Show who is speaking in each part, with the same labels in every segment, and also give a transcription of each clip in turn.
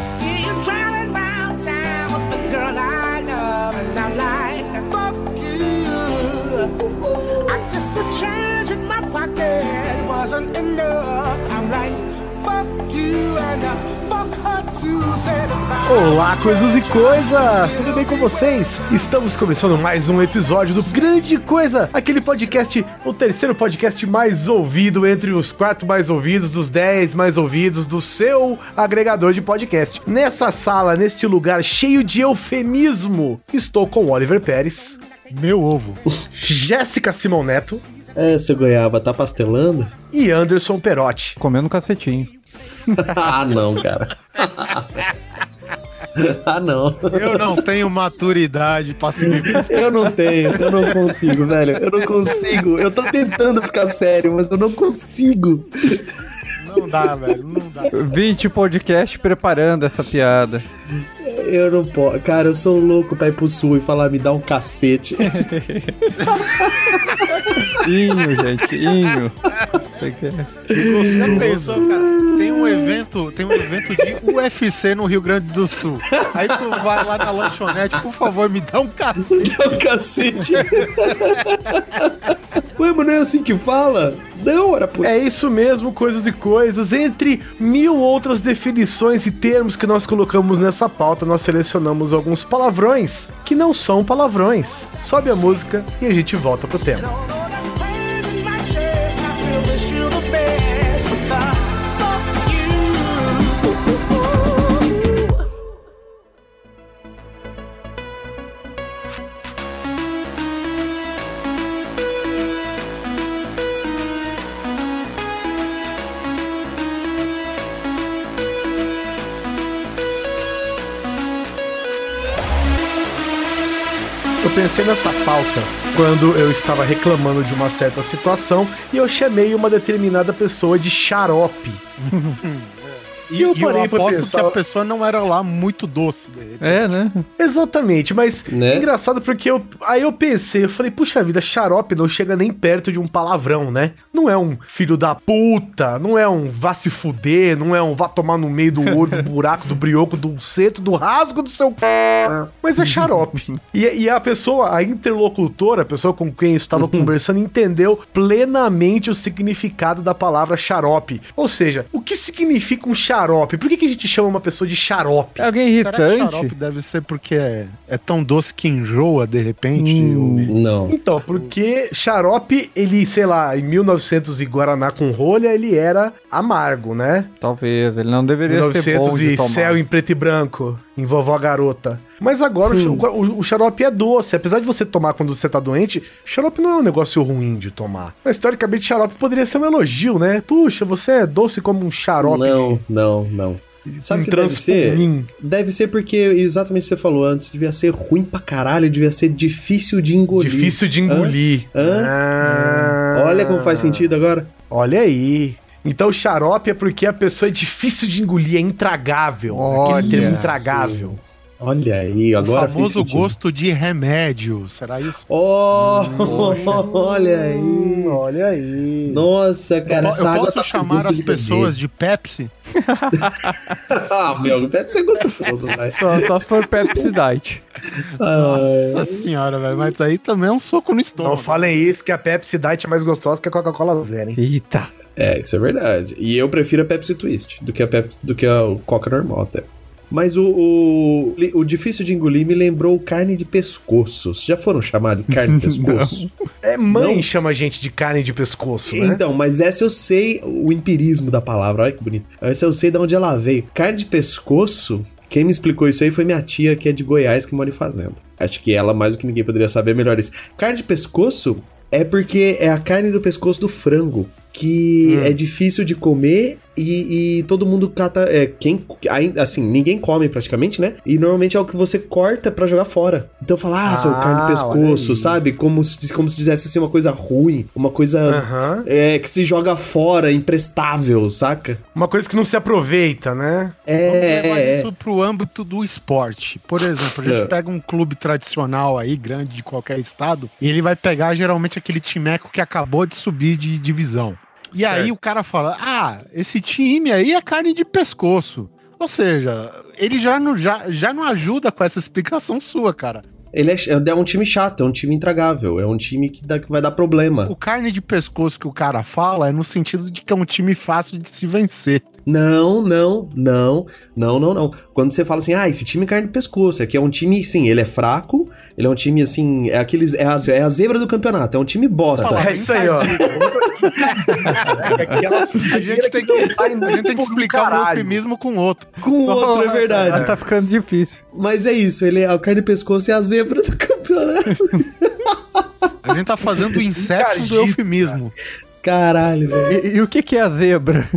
Speaker 1: See you driving round town with the girl I love, and I'm like, fuck you. I guess the change in my pocket wasn't enough. I'm like, fuck you, and uh, fuck her too. Said if I
Speaker 2: Olá, coisas e coisas! Tudo bem com vocês? Estamos começando mais um episódio do Grande Coisa, aquele podcast, o terceiro podcast mais ouvido entre os quatro mais ouvidos, dos dez mais ouvidos do seu agregador de podcast. Nessa sala, neste lugar cheio de eufemismo, estou com Oliver Pérez,
Speaker 3: Meu ovo.
Speaker 2: Jéssica Simão Neto
Speaker 4: É, seu goiaba tá pastelando?
Speaker 2: e Anderson Perotti.
Speaker 3: Comendo um cacetinho.
Speaker 4: ah, não, cara. ah, não.
Speaker 3: Eu não tenho maturidade pra se
Speaker 4: Eu não tenho, eu não consigo, velho. Eu não consigo. Eu tô tentando ficar sério, mas eu não consigo.
Speaker 3: Não dá, velho. Não dá. 20 podcasts preparando essa piada.
Speaker 4: Eu não posso. Cara, eu sou louco pra ir pro sul e falar, me dá um cacete.
Speaker 3: Inho, gente, inho.
Speaker 5: Já pensou, cara? Tem um evento, tem um evento de UFC no Rio Grande do Sul. Aí tu vai lá na lanchonete, por favor, me dá um café.
Speaker 4: Me dá um cacete. Ué, mas não é assim que fala? Não, era por.
Speaker 2: É isso mesmo, coisas e coisas. Entre mil outras definições e termos que nós colocamos nessa pauta, nós selecionamos alguns palavrões que não são palavrões. Sobe a música e a gente volta pro tema.
Speaker 1: don't know that pain in my chest, I still wish you the best. But the fuck you.
Speaker 2: Eu pensei nessa pauta quando eu estava reclamando de uma certa situação e eu chamei uma determinada pessoa de xarope.
Speaker 5: E,
Speaker 2: eu
Speaker 5: eu,
Speaker 2: parei pra
Speaker 5: aposto
Speaker 2: pensar.
Speaker 5: que a pessoa não era lá muito doce. né?
Speaker 3: É, né?
Speaker 2: Exatamente, mas
Speaker 4: Né?
Speaker 2: é engraçado porque eu, aí eu pensei, eu falei, puxa vida, xarope não chega nem perto de um palavrão, né? Não é um filho da puta, não é um vá se fuder, não é um vá tomar no meio do olho, do buraco, do brioco, do seto, do rasgo do seu c... Mas é xarope. E, e a pessoa, a interlocutora, a pessoa com quem eu estava conversando, entendeu plenamente o significado da palavra xarope. Ou seja, o que significa um xarope? Por que, que a gente chama uma pessoa de xarope?
Speaker 3: É alguém
Speaker 5: Será que xarope
Speaker 3: irritante?
Speaker 5: deve ser porque é, é tão doce que enjoa de repente? Ou-
Speaker 4: Não.
Speaker 2: Então, porque xarope, ele, sei lá, em 1900 e Guaraná com rolha, ele era amargo, né?
Speaker 3: Talvez, ele não deveria ser bom
Speaker 2: 1900
Speaker 3: de
Speaker 2: e
Speaker 3: tomar.
Speaker 2: céu em preto e branco, em vovó garota. Mas agora o
Speaker 3: Hum.
Speaker 2: xa- o, o xarope é doce. Apesar de você tomar quando você tá doente, xarope não é um negócio ruim de tomar. Mas, teoricamente, xarope poderia ser um elogio, né? Puxa, você é doce como um xarope.
Speaker 4: Não, não, não. Sabe o que deve ser?
Speaker 2: transpumin.
Speaker 4: Deve ser porque, exatamente o que você falou antes, devia ser ruim pra caralho, devia ser difícil de engolir.
Speaker 2: Difícil de
Speaker 4: Hã?
Speaker 2: engolir.
Speaker 4: Hã?
Speaker 2: Ah.
Speaker 4: Olha como faz sentido agora.
Speaker 2: Olha aí. Então, xarope é porque a pessoa é difícil de engolir, é intragável.
Speaker 3: Olha.
Speaker 2: Aquele termo
Speaker 4: Isso.
Speaker 2: intragável.
Speaker 4: Olha aí,
Speaker 5: O
Speaker 4: agora fez
Speaker 5: famoso
Speaker 4: sentido.
Speaker 5: gosto de remédio. Será isso?
Speaker 4: Oh,
Speaker 5: Hum.
Speaker 4: olha aí.
Speaker 2: Olha aí.
Speaker 4: Nossa, cara,
Speaker 5: eu
Speaker 4: essa água
Speaker 5: posso
Speaker 4: tá com
Speaker 5: chamar
Speaker 4: gosto
Speaker 5: as
Speaker 4: de
Speaker 5: pessoas de Pepsi?
Speaker 4: beber. Ah, meu, deve ser gostoso, vai.
Speaker 3: Só, só se for Pepsi Diet.
Speaker 5: Nossa senhora, velho. Mas aí também é um soco no
Speaker 2: Não
Speaker 5: estômago.
Speaker 2: falem isso, que a Pepsi Diet é mais gostosa que a Coca-Cola Zero, hein?
Speaker 3: Eita.
Speaker 4: É, isso é verdade. E eu prefiro a Pepsi Twist do que a, Pepsi, do que a Coca normal até. Mas o, o, o difícil de engolir me lembrou carne de pescoço. Vocês Já foram chamados de carne de pescoço?
Speaker 2: É mãe
Speaker 4: Não.
Speaker 2: chama a gente de carne de pescoço, né?
Speaker 4: Então, mas essa eu sei o empirismo da palavra, olha que bonito. Essa eu sei de onde ela veio. Carne de pescoço, quem me explicou isso aí foi minha tia, que é de Goiás, que mora em fazenda. Acho que ela, mais do que ninguém poderia saber, melhor isso. Carne de pescoço
Speaker 2: Hum.
Speaker 4: é porque é a carne do pescoço do frango, que é difícil de comer e, e todo mundo cata. É, quem, ainda- assim, ninguém come praticamente, né? E normalmente é o que você corta pra jogar fora. Então fala, ah, seu
Speaker 2: Ah,
Speaker 4: carne de pescoço,
Speaker 2: olha aí.
Speaker 4: sabe? Como se, como se dissesse assim uma coisa ruim, uma coisa
Speaker 2: Aham.
Speaker 4: é, que se joga fora, imprestável, saca?
Speaker 2: Uma coisa que não se aproveita, né?
Speaker 5: Vamos levar
Speaker 4: É, é,
Speaker 5: isso pro âmbito do esporte. Por exemplo, a gente
Speaker 4: É.
Speaker 5: pega um clube tradicional aí, grande de qualquer estado, e ele vai pegar geralmente aquele timeco que acabou de subir de divisão. E aí o cara fala: Ah, esse time aí é carne de pescoço. Ou seja, ele já não, já, já não ajuda com essa explicação sua, cara.
Speaker 4: ele é, ch- é um time chato, é um time intragável, é um time que, dá- que vai dar problema.
Speaker 5: O carne de pescoço que o cara fala é no sentido de que é um time fácil de se vencer.
Speaker 4: Não, não, não, não, não, não. Quando você fala assim, ah, esse time é carne de pescoço, é que é um time, sim, ele é fraco, ele é um time, assim, é aqueles, é a, é a zebra do campeonato, é um time bosta.
Speaker 2: É isso aí, ó. É
Speaker 5: A gente tem que, a gente tem que explicar um eufemismo com outro.
Speaker 4: Com o outro, é
Speaker 3: Ah,
Speaker 4: verdade.
Speaker 3: Tá ficando difícil.
Speaker 4: Mas é isso, ele é a carne de pescoço e a zebra do campeonato.
Speaker 5: A gente tá fazendo o Inception do eufemismo.
Speaker 4: Caralho, velho.
Speaker 3: E, e o que, que é a zebra?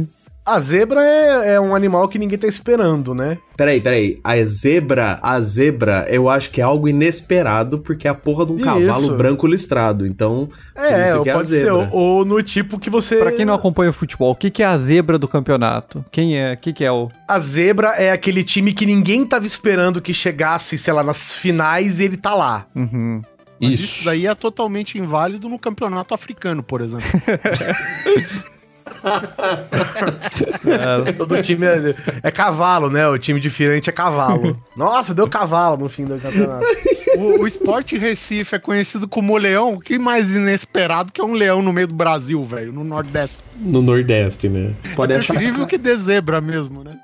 Speaker 2: A zebra é, é um animal que ninguém tá esperando, né?
Speaker 4: Peraí, peraí. A zebra, a zebra, eu acho que é algo inesperado, porque é a porra de um
Speaker 2: Isso.
Speaker 4: cavalo branco listrado. Então, por
Speaker 2: É,
Speaker 4: isso
Speaker 2: ou
Speaker 4: que é a
Speaker 2: pode ser.
Speaker 4: zebra.
Speaker 2: Ou, ou no tipo que você.
Speaker 3: Pra quem não acompanha o futebol, o que, que é a zebra do campeonato? Quem é? O que, que é o.
Speaker 2: A zebra é aquele time que ninguém tava esperando que chegasse, sei lá, nas finais e ele tá lá.
Speaker 3: Uhum.
Speaker 5: Mas Isso. daí é totalmente inválido no campeonato africano, por exemplo.
Speaker 2: Todo time é, é cavalo, né? O time diferente é cavalo. Nossa, deu cavalo no fim do campeonato.
Speaker 5: o, o esporte Recife é conhecido como leão. O que mais inesperado que é um leão no meio do Brasil, velho? No Nordeste.
Speaker 4: No Nordeste, né? Pode
Speaker 5: É
Speaker 4: achar.
Speaker 5: preferível que dê zebra mesmo, né?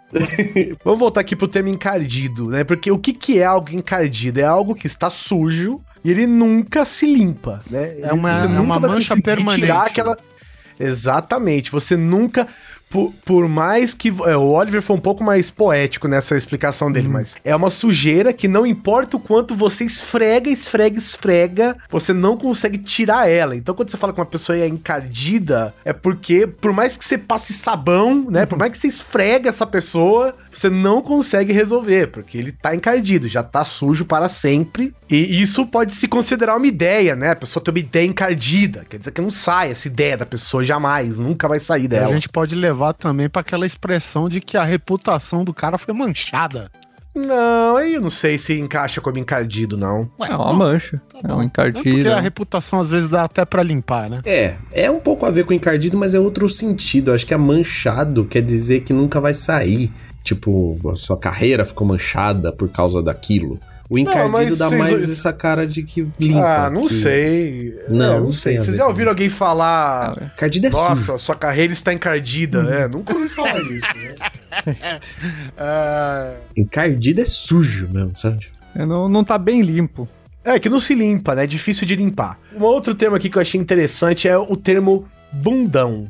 Speaker 2: Vamos voltar aqui pro tema encardido, né? Porque o que, que é algo encardido? É algo que está sujo e ele nunca se limpa, né?
Speaker 5: É uma-
Speaker 2: Você
Speaker 5: é
Speaker 2: nunca
Speaker 5: uma
Speaker 2: vai
Speaker 5: mancha
Speaker 2: conseguir
Speaker 5: permanente.
Speaker 2: tirar aquela- Exatamente. Você nunca. Por, por mais que. é, o Oliver foi um pouco mais poético nessa explicação
Speaker 5: Hum.
Speaker 2: dele, mas é uma sujeira que não importa o quanto você esfrega, esfrega, esfrega, você não consegue tirar ela. Então quando você fala que uma pessoa é encardida, é porque, por mais que você passe sabão, né? Por mais que você esfrega essa pessoa, você não consegue resolver, porque ele tá encardido, já tá sujo para sempre. E isso pode se considerar uma ideia, né? A pessoa tem uma ideia encardida, quer dizer que não sai essa ideia da pessoa jamais, nunca vai sair
Speaker 5: É, A
Speaker 2: dela.
Speaker 5: gente pode levar também pra aquela expressão de que a reputação do cara foi manchada.
Speaker 2: Não, aí eu não sei se encaixa como encardido, não.
Speaker 5: Ué,
Speaker 3: É uma
Speaker 5: bom,
Speaker 3: mancha.
Speaker 5: tá
Speaker 3: é
Speaker 5: bom.
Speaker 3: um
Speaker 5: É porque
Speaker 3: encardido.
Speaker 5: a reputação às vezes dá até pra limpar, né?
Speaker 4: É, é um pouco a ver com encardido, mas é outro sentido. Eu acho que é manchado quer dizer que nunca vai sair. Tipo, a sua carreira ficou manchada por causa daquilo. O encardido
Speaker 2: mas
Speaker 4: dá
Speaker 2: vocês-
Speaker 4: mais essa cara de que limpa.
Speaker 2: ah, não
Speaker 4: que-
Speaker 2: sei.
Speaker 4: Não,
Speaker 2: É,
Speaker 4: não tem a
Speaker 2: Vocês
Speaker 4: ver
Speaker 2: já
Speaker 4: com-
Speaker 2: ouviram alguém falar.
Speaker 4: Encardido é Uhum. sujo.
Speaker 2: Nossa, sua carreira está encardida. É, nunca ouvi falar isso. né? Ah,
Speaker 5: É,
Speaker 4: Encardido é sujo mesmo, sabe?
Speaker 3: É, Não, não tá bem limpo.
Speaker 2: É, que não se limpa, né? É difícil de limpar. Um outro termo aqui que eu achei interessante é o termo bundão.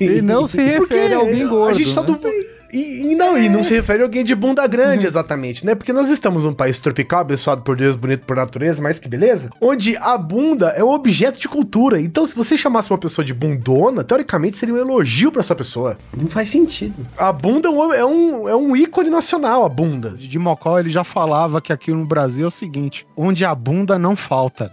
Speaker 3: E não se refere a alguém gordo.
Speaker 2: a gente tá
Speaker 3: né?
Speaker 2: do. E, e não, e não se refere a alguém de bunda
Speaker 3: Uhum.
Speaker 2: grande, exatamente, né? Porque nós estamos num país tropical, abençoado por Deus, bonito por natureza, mas que beleza. Onde a bunda é um objeto de cultura. Então, se você chamasse uma pessoa de bundona, teoricamente seria um elogio pra essa pessoa.
Speaker 4: Não faz sentido.
Speaker 2: A bunda é um, é um, é um ícone nacional, a bunda.
Speaker 5: de Mocó ele já falava que aqui no Brasil é o seguinte: onde a bunda não falta.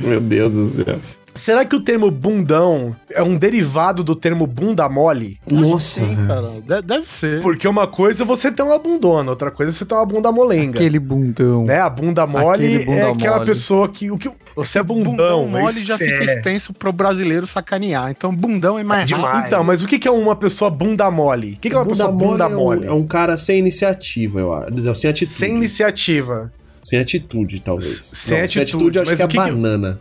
Speaker 4: Meu Deus do céu.
Speaker 2: Será que o termo bundão é um derivado do termo bunda mole?
Speaker 4: Nossa,
Speaker 5: Sim,
Speaker 4: velho.
Speaker 5: cara. de- Deve ser.
Speaker 2: Porque uma coisa é você ter uma bundona, outra coisa é você ter uma bunda molenga.
Speaker 3: Aquele bundão.
Speaker 2: Né? A bunda mole
Speaker 3: Aquele bunda
Speaker 2: é aquela
Speaker 3: mole.
Speaker 2: pessoa que. O que você é bundão,
Speaker 5: Bundão
Speaker 2: é
Speaker 5: mole
Speaker 2: isso
Speaker 5: já
Speaker 2: que
Speaker 5: fica
Speaker 2: é.
Speaker 5: extenso pro brasileiro sacanear. Então, bundão é mais
Speaker 2: Demais.
Speaker 5: rápido.
Speaker 2: Então, mas o que que é uma pessoa bunda mole? O que que é uma pessoa bunda
Speaker 4: é um-
Speaker 2: mole?
Speaker 4: É um, cara sem iniciativa, eu acho. Sem atitude.
Speaker 2: Sem iniciativa.
Speaker 4: Sem atitude, talvez.
Speaker 2: Sem
Speaker 4: Não,
Speaker 2: atitude,
Speaker 4: eu acho
Speaker 2: mas
Speaker 4: que é
Speaker 2: o que que-
Speaker 4: banana.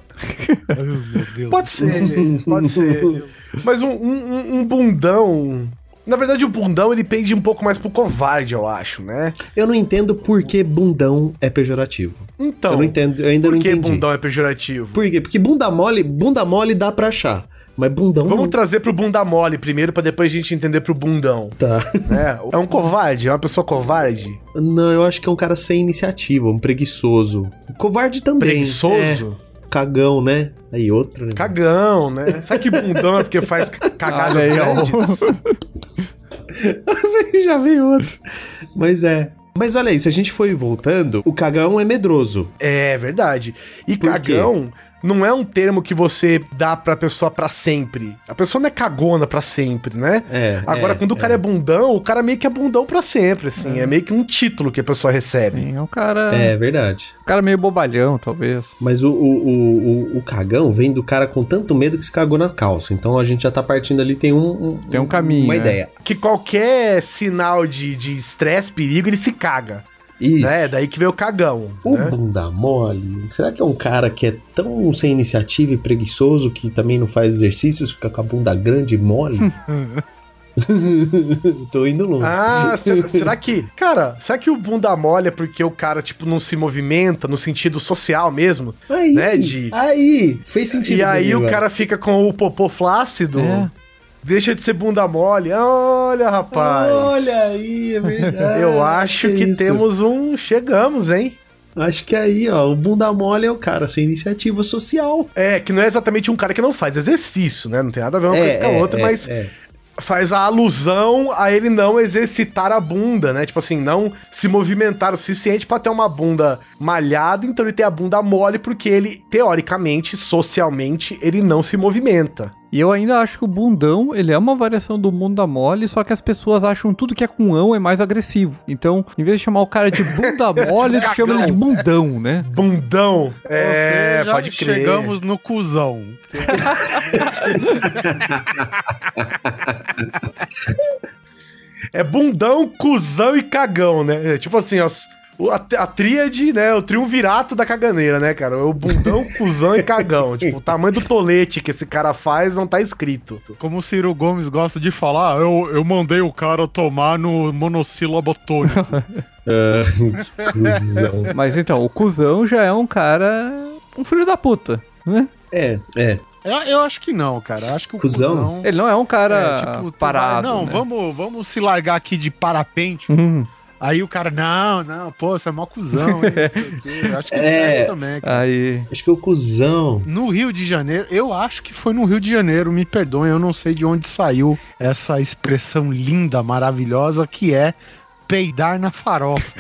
Speaker 5: Ai, meu Deus.
Speaker 2: Pode ser, gente, pode ser. Mas um, um- um- um bundão. Na verdade, o bundão ele pende um pouco mais pro covarde, eu acho, né?
Speaker 4: Eu não entendo por que bundão é pejorativo.
Speaker 2: Então,
Speaker 4: eu não entendo, eu ainda
Speaker 2: por
Speaker 4: não
Speaker 2: que
Speaker 4: entendi.
Speaker 2: bundão é pejorativo?
Speaker 4: Por quê? Porque bunda mole, bunda mole dá pra achar. Mas bundão
Speaker 2: Vamos
Speaker 4: não
Speaker 2: trazer pro bunda mole primeiro, pra depois a gente entender pro bundão.
Speaker 4: tá.
Speaker 2: né? É um covarde, é uma pessoa covarde,
Speaker 4: Não, eu acho que é um cara sem iniciativa, um preguiçoso. Covarde também.
Speaker 2: preguiçoso.
Speaker 4: É, cagão, né? Aí outro, né?
Speaker 2: Cagão, né? Sabe que bundão é porque faz cagadas
Speaker 3: Olha aí, ó.
Speaker 2: grandes?
Speaker 4: Já veio outro. Mas é. Mas olha aí, se a gente foi voltando, o cagão é medroso.
Speaker 2: É verdade. E
Speaker 4: Por quê?
Speaker 2: cagão não é um termo que você dá pra pessoa pra sempre. A pessoa não é cagona pra sempre, né?
Speaker 4: É.
Speaker 2: Agora,
Speaker 4: é,
Speaker 2: quando o cara é. bundão, o cara meio que é bundão pra sempre, assim. É. meio que um título que a pessoa recebe.
Speaker 3: Sim, é um cara.
Speaker 4: É, é verdade.
Speaker 3: Um cara meio bobalhão, talvez.
Speaker 4: Mas o, o, o, o- o cagão vem do cara com tanto medo que se cagou na calça. Então a gente já tá partindo ali, tem um.
Speaker 3: Tem um caminho,
Speaker 4: Uma
Speaker 3: né?
Speaker 4: ideia.
Speaker 2: Que qualquer sinal de de estresse, perigo, ele se caga.
Speaker 4: Isso.
Speaker 2: Né? Daí que vem o cagão.
Speaker 4: O
Speaker 2: né?
Speaker 4: bunda mole, será que é um cara que é tão sem iniciativa e preguiçoso que também não faz exercícios, fica com a bunda grande e mole? Tô indo longe.
Speaker 2: Ah, se- será que. Cara, será que o bunda mole é porque o cara, tipo, não se movimenta no sentido social mesmo?
Speaker 4: aí,
Speaker 2: né, de-
Speaker 4: aí, fez sentido.
Speaker 2: e aí
Speaker 4: comigo,
Speaker 2: o
Speaker 4: velho.
Speaker 2: cara fica com o popô flácido.
Speaker 3: É.
Speaker 2: Deixa de ser bunda mole. Olha, rapaz.
Speaker 4: Olha aí, é verdade.
Speaker 2: Eu acho que,
Speaker 4: isso.
Speaker 2: temos um. Chegamos, hein?
Speaker 4: Acho que aí, ó, o bunda mole é o cara sem iniciativa social.
Speaker 2: É, que não é exatamente um cara que não faz exercício, né? Não tem nada a ver uma
Speaker 4: é,
Speaker 2: coisa com a
Speaker 4: é,
Speaker 2: outra,
Speaker 4: é,
Speaker 2: mas
Speaker 4: é.
Speaker 2: faz a alusão a ele não exercitar a bunda, né? Tipo assim, não se movimentar o suficiente pra ter uma bunda malhada, então ele tem a bunda mole porque ele teoricamente, socialmente, ele não se movimenta.
Speaker 3: E eu ainda acho que o bundão, ele é uma variação do bunda mole, só que as pessoas acham tudo que é com ão é mais agressivo. Então, em vez de chamar o cara de bunda mole, tu chama ele de bundão, né?
Speaker 2: Bundão. É,
Speaker 5: Ou seja,
Speaker 2: pode crer.
Speaker 5: Então, Chegamos no cuzão.
Speaker 2: É bundão, cuzão e cagão, né? É tipo assim, as- o- a, a tríade, né? O triunvirato da caganeira, né, cara? O bundão, cuzão e cagão. Tipo, o tamanho do tolete que esse cara faz não tá escrito.
Speaker 5: Como o Ciro Gomes gosta de falar, eu, eu mandei o cara tomar no monossílabo tônico.
Speaker 4: Ah, que cuzão.
Speaker 3: Mas então, o cuzão já é um cara. um filho da puta, né?
Speaker 4: É, é.
Speaker 5: eu, eu acho que não, cara. Eu acho que o
Speaker 4: Cuzão?
Speaker 3: Ele não é um cara
Speaker 5: É, tipo, tu
Speaker 3: parado.
Speaker 5: vai, não,
Speaker 3: né?
Speaker 5: vamos, vamos se largar aqui de parapente.
Speaker 3: Hum.
Speaker 5: Aí o cara, não, não, pô, você é mó cuzão, hein, não sei o quê. Eu acho que
Speaker 4: É.
Speaker 5: é também, cara.
Speaker 3: Aí.
Speaker 4: Acho que o cuzão.
Speaker 5: No Rio de Janeiro, eu acho que foi no Rio de Janeiro, me perdoem, eu não sei de onde saiu essa expressão linda, maravilhosa, que é peidar na farofa.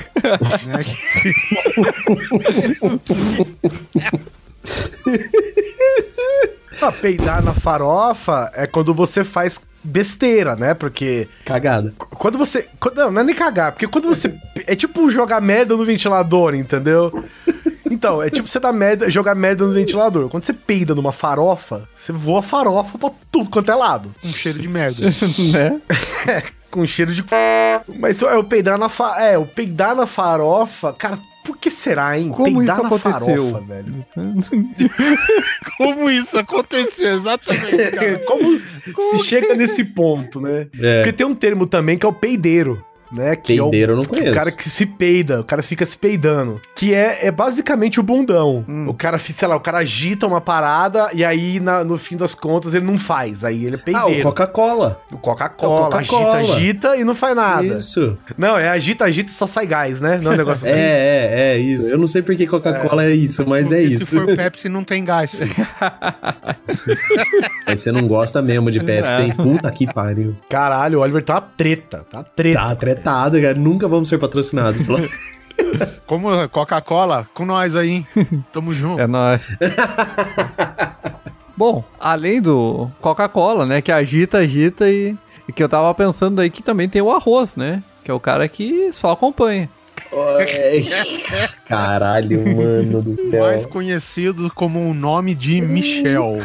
Speaker 5: né? Que-
Speaker 2: Ah, peidar na farofa é quando você faz besteira, né? Porque
Speaker 4: Cagada.
Speaker 2: c- quando você. quando- não, não é nem cagar, porque quando você. É tipo jogar merda no ventilador, entendeu? Então, é tipo você dar merda, jogar merda no ventilador. Quando você peida numa farofa, você voa farofa pra tudo quanto é lado.
Speaker 5: Um cheiro de merda.
Speaker 3: Né?
Speaker 2: com cheiro de c... Mas é o peidar na fa... é, o peidar na farofa, cara, por que será, hein?
Speaker 3: Como
Speaker 2: peidar
Speaker 3: isso aconteceu?
Speaker 2: velho.
Speaker 5: Como isso aconteceu, exatamente,
Speaker 2: É,
Speaker 5: cara.
Speaker 2: Como se chega nesse ponto, né?
Speaker 4: É.
Speaker 2: Porque tem um termo também que é o peideiro, né? Que é o-
Speaker 4: Peideiro eu não
Speaker 2: que o,
Speaker 4: conheço.
Speaker 2: cara que se peida, o cara fica se peidando. Que é, é basicamente o bundão.
Speaker 3: Hum.
Speaker 2: O cara, fi- sei lá, o cara agita uma parada e aí, na- no fim das contas, ele não faz. Aí ele é
Speaker 4: Ah, o
Speaker 2: peideiro.
Speaker 4: Coca-Cola.
Speaker 2: o Coca-Cola,
Speaker 4: é o
Speaker 2: agita,
Speaker 4: Coca-Cola.
Speaker 2: agita e não faz nada.
Speaker 4: Isso.
Speaker 2: Não, é agita, agita e só sai gás, né? Não é um negócio assim.
Speaker 4: É, é, é isso. Eu não sei porque Coca-Cola é, isso, mas é
Speaker 5: Porque Se
Speaker 4: isso.
Speaker 5: for Pepsi, não tem gás, filho.
Speaker 4: Mas você não gosta mesmo de
Speaker 2: É.
Speaker 4: Pepsi, hein? Puta que pariu.
Speaker 2: Caralho, o Oliver tá uma treta, tá uma treta.
Speaker 4: Tá tretado, cara. Nunca vamos ser patrocinados. Fala-
Speaker 5: Como Coca-Cola, com nós aí, hein? Tamo junto.
Speaker 3: É nóis. Bom, além do Coca-Cola, né? Que agita, agita e, e que eu tava pensando aí que também tem o arroz, né? Que é o cara que só acompanha.
Speaker 4: Ai, Caralho, mano do céu.
Speaker 5: Mais conhecido como o nome de Michel.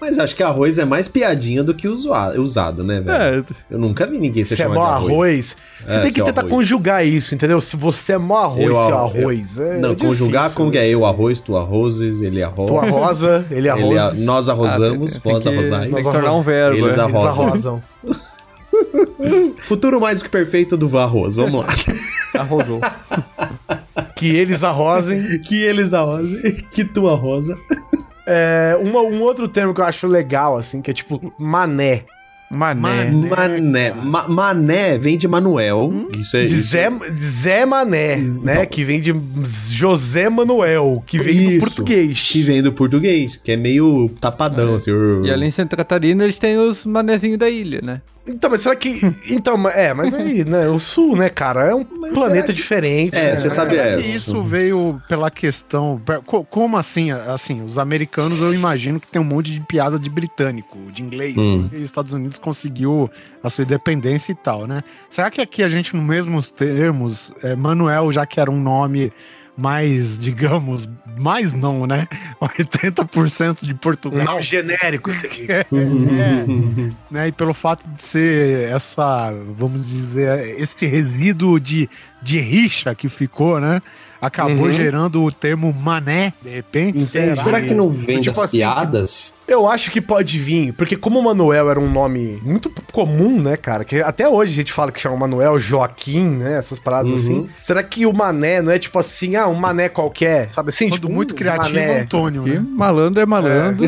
Speaker 4: Mas acho que arroz é mais piadinha do que usua- usado, né, velho? Eu nunca vi ninguém se
Speaker 2: Você é
Speaker 4: chamar
Speaker 2: mó
Speaker 4: de arroz.
Speaker 2: arroz. Você
Speaker 4: É,
Speaker 2: tem que
Speaker 4: seu
Speaker 2: tentar
Speaker 4: arroz.
Speaker 2: conjugar isso, entendeu? Se você é mó arroz,
Speaker 4: Eu
Speaker 2: seu
Speaker 4: arro-
Speaker 2: arroz. É,
Speaker 4: Não,
Speaker 2: é
Speaker 4: conjugar
Speaker 2: difícil.
Speaker 4: com que é eu arroz, tu arrozes, ele é arroz.
Speaker 2: Tua rosa, ele é arroz.
Speaker 4: Ele é a- nós arrosamos,
Speaker 3: Ah, tem-
Speaker 4: vós
Speaker 3: tem que-
Speaker 4: arrosais.
Speaker 3: Tem que tornar um verbo.
Speaker 4: Eles
Speaker 3: é.
Speaker 4: arro-
Speaker 2: Eles arrosam.
Speaker 4: Futuro mais do que perfeito do arroz, vamos lá. Tá
Speaker 3: Arrosou.
Speaker 2: que eles arrosem.
Speaker 4: que eles arrosem, que tu arrosa.
Speaker 2: É, uma- um outro termo que eu acho legal, assim, que é tipo mané.
Speaker 3: Mané.
Speaker 5: Mané.
Speaker 4: Mané. Ma- mané vem de Manuel. Isso é
Speaker 2: Hum? De
Speaker 4: isso.
Speaker 2: Zé, de Zé Mané,
Speaker 4: Isso,
Speaker 2: né?
Speaker 4: não.
Speaker 2: Que vem de José Manuel, que vem do
Speaker 4: Isso.
Speaker 2: português.
Speaker 4: Que vem do português, que é meio tapadão, assim.
Speaker 3: É. E além de Santa Catarina, eles têm os manezinhos da ilha, né?
Speaker 2: Então, mas será que. Então, ma- é, mas aí, né? O sul, né, cara? É um planeta
Speaker 4: será que-
Speaker 2: diferente.
Speaker 4: É,
Speaker 2: né?
Speaker 4: você sabe.
Speaker 5: Será
Speaker 4: É,
Speaker 5: que
Speaker 4: isso-
Speaker 5: isso veio pela questão. co- Como assim? Assim, os americanos eu imagino que tem um monte de piada de britânico, de inglês.
Speaker 4: Hum.
Speaker 5: né? E os Estados Unidos conseguiu a sua independência e tal, né? Será que aqui a gente, nos mesmos termos, é, Manuel, já que era um nome mais, digamos, mais não, né? 80% de Portugal.
Speaker 2: Não genérico isso aqui.
Speaker 5: né? E pelo fato de ser essa, vamos dizer, esse resíduo de, de rixa que ficou, né? Acabou
Speaker 2: Uhum.
Speaker 5: gerando o termo mané, de repente.
Speaker 2: Entendi.
Speaker 4: Será que não vem
Speaker 2: Tipo
Speaker 4: das
Speaker 2: assim,
Speaker 4: piadas?
Speaker 2: Eu acho que pode vir, porque como o Manuel era um nome muito comum, né, cara? Que até hoje a gente fala que chama Manuel, Joaquim, né? Essas paradas
Speaker 4: Uhum.
Speaker 2: assim. Será que o Mané não é tipo assim, ah, um Mané qualquer, sabe assim?
Speaker 5: Todo
Speaker 2: tipo,
Speaker 5: muito
Speaker 2: um
Speaker 5: é criativo,
Speaker 2: Mané,
Speaker 5: Antônio,
Speaker 3: E
Speaker 5: né?
Speaker 3: malandro é malandro,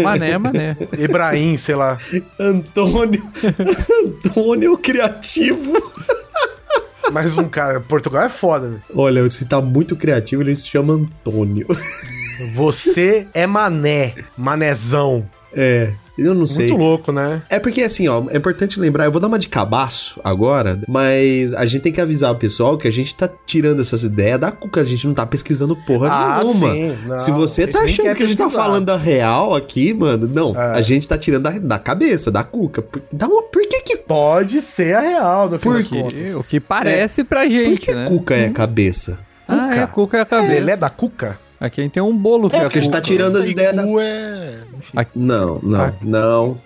Speaker 3: mané é mané.
Speaker 2: Ibrahim, sei lá.
Speaker 4: Antônio. Antônio é o criativo.
Speaker 2: Mais um cara. Portugal é foda, velho.
Speaker 4: Olha, se tá muito criativo, ele se chama Antônio.
Speaker 2: Você é Mané. Manézão.
Speaker 4: É, eu não sei.
Speaker 2: Muito louco, né?
Speaker 4: É porque assim, ó, é importante lembrar, eu vou dar uma de cabaço agora, mas a gente tem que avisar o pessoal que a gente tá tirando essas ideias da cuca, a gente não tá pesquisando porra nenhuma.
Speaker 2: Ah, sim. não,
Speaker 4: Se você tá
Speaker 2: a gente nem
Speaker 4: achando
Speaker 2: quer
Speaker 4: que a gente tá
Speaker 2: pesquisar.
Speaker 4: falando a real aqui, mano, não,
Speaker 2: É.
Speaker 4: a gente tá tirando da, da cabeça, da cuca. Por, dá uma- por que que,
Speaker 2: Pode ser a real, no fim
Speaker 4: Por
Speaker 2: das
Speaker 4: quê?
Speaker 2: contas.
Speaker 3: o que parece pra
Speaker 4: por
Speaker 3: gente,
Speaker 4: que
Speaker 3: né?
Speaker 4: cuca é cabeça?
Speaker 3: Ah, é,
Speaker 2: Cuca.
Speaker 3: cuca é a cabeça.
Speaker 2: Ele é da Cuca?
Speaker 3: Aqui a gente tem um bolo que
Speaker 4: É,
Speaker 3: é,
Speaker 4: porque a gente tá
Speaker 3: cuca.
Speaker 4: tirando as ideias da...
Speaker 5: Cu é...
Speaker 4: Não, não,
Speaker 3: Ah.
Speaker 4: não.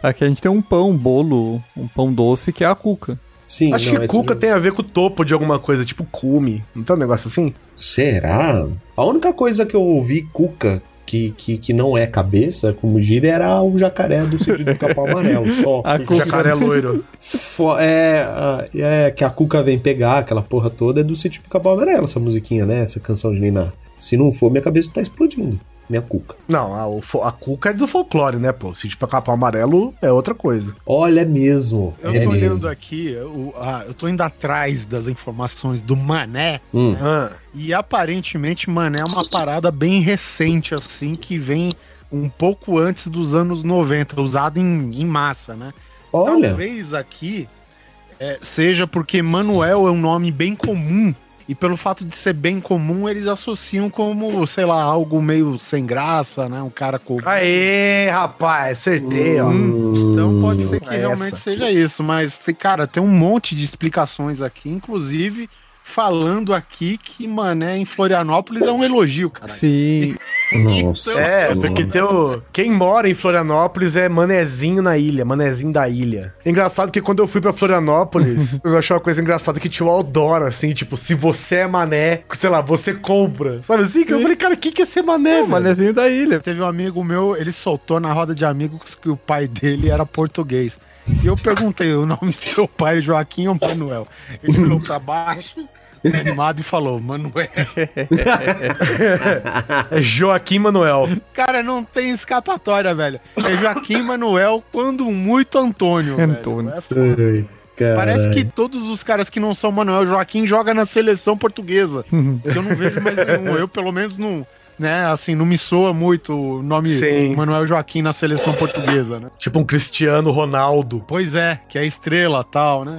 Speaker 3: Aqui a gente tem um pão, um bolo, um pão doce que é a cuca.
Speaker 4: Sim,
Speaker 2: Acho
Speaker 4: não,
Speaker 2: que
Speaker 4: esse
Speaker 2: Cuca
Speaker 4: não-
Speaker 2: tem a ver com o topo de alguma coisa, tipo cume. Não tem um negócio assim?
Speaker 4: Será? A única coisa que eu ouvi cuca que, que, que não é cabeça, como gira, era o jacaré do sentido do capão amarelo, só.
Speaker 3: A
Speaker 2: O
Speaker 3: cuca.
Speaker 2: jacaré loiro.
Speaker 4: Fo- É, ah, é que a Cuca vem pegar aquela porra toda é do sítio Pica-Pau Amarelo, essa musiquinha, né? Essa canção de Niná. Se não for, minha cabeça tá explodindo. Minha Cuca.
Speaker 2: Não, a, o fo- a Cuca é do folclore, né, pô? Se tipo capão amarelo é outra coisa.
Speaker 4: Olha, é mesmo.
Speaker 5: Eu
Speaker 4: é
Speaker 5: tô
Speaker 4: mesmo.
Speaker 5: olhando aqui, o- ah, eu tô indo atrás das informações do mané,
Speaker 4: Hum.
Speaker 2: Ah,
Speaker 5: E aparentemente, mano, é uma parada bem recente, assim, que vem um pouco antes dos anos 90, usado em, em massa, né?
Speaker 4: Olha,
Speaker 5: Talvez aqui é, seja porque Manuel é um nome bem comum. E pelo fato de ser bem comum, eles associam como, sei lá, algo meio sem graça, né? Um cara com.
Speaker 2: Aê, rapaz, acertei, ó.
Speaker 5: Então pode ser que
Speaker 2: é
Speaker 5: realmente
Speaker 2: essa.
Speaker 5: seja isso, mas tem- cara, tem um monte de explicações aqui, inclusive falando aqui que mané em Florianópolis é um elogio, cara.
Speaker 3: Sim.
Speaker 4: nossa.
Speaker 2: É,
Speaker 4: senhora.
Speaker 2: porque tem o... quem mora em Florianópolis é manezinho na ilha, manezinho da ilha. É Engraçado que quando eu fui pra Florianópolis, eu achei uma coisa engraçada que tinha o outdoor, assim, tipo, se você é mané, sei lá, você compra. Sabe assim? Que eu falei, cara, o que que é ser mané,
Speaker 3: O
Speaker 2: velho?
Speaker 3: manezinho da ilha.
Speaker 5: Teve um amigo meu, ele soltou na roda de amigos que o pai dele era português. E eu perguntei o nome do seu pai, Joaquim ou Manuel. Ele olhou pra baixo, animado, e falou, Manuel.
Speaker 2: É Joaquim Manuel.
Speaker 5: Cara, não tem escapatória, velho. É Joaquim Manuel, quando muito Antônio, velho.
Speaker 3: Antônio.
Speaker 5: É foda.
Speaker 4: Ai, caralho.
Speaker 5: Parece que todos os caras que não são Manuel Joaquim jogam na seleção portuguesa. Que eu não vejo mais nenhum. Eu, pelo menos, não... Né, assim, não me soa muito o nome
Speaker 2: Sim.
Speaker 5: Manuel Joaquim na seleção portuguesa, né?
Speaker 2: Tipo um Cristiano Ronaldo.
Speaker 5: Pois é, que é estrela tal, né?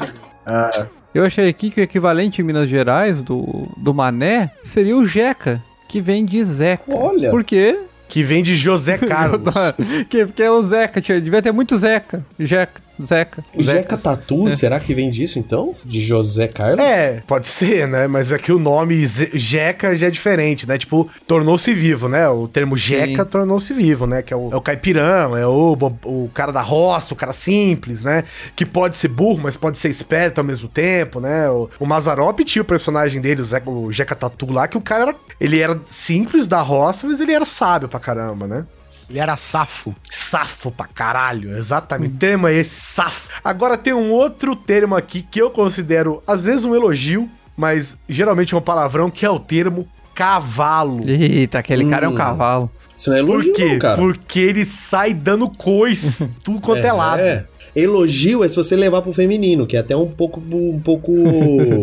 Speaker 3: Eu achei aqui que o equivalente em Minas Gerais do, do mané seria o jeca, que vem de Zeca.
Speaker 4: Olha.
Speaker 3: Por quê?
Speaker 2: Que vem de José Carlos.
Speaker 3: que, porque é o Zeca, tinha- devia ter muito Zeca. Jeca, Zeca.
Speaker 4: O Jeca Tatu, será que vem disso então? De José Carlos?
Speaker 2: é, pode ser, né? Mas aqui o nome Ze- Jeca já é diferente, né? Tipo, tornou-se vivo, né? O termo Jeca tornou-se vivo, né? Que é o, é o caipirão, é o, bo- o cara da roça, o cara simples, né? Que pode ser burro, mas pode ser esperto ao mesmo tempo, né? O, o Mazarop tinha o personagem dele, o, Zeca, o Jeca Tatu lá, que o cara era, ele era simples da roça, mas ele era sábio pra caramba, né?
Speaker 5: Ele era safo.
Speaker 2: Safo pra caralho, exatamente. O termo é esse, safo. Agora tem um outro termo aqui que eu considero, às vezes, um elogio, mas geralmente um palavrão, que é o é termo cavalo.
Speaker 3: Eita, aquele cara é um
Speaker 4: Hum.
Speaker 3: cavalo.
Speaker 4: Isso não é
Speaker 2: Por
Speaker 4: elogio,
Speaker 2: quê?
Speaker 4: não, cara.
Speaker 2: Porque ele sai dando coice, tudo quanto é, lado.
Speaker 4: É. Elogio é se você levar pro feminino, que é até um pouco, um pouco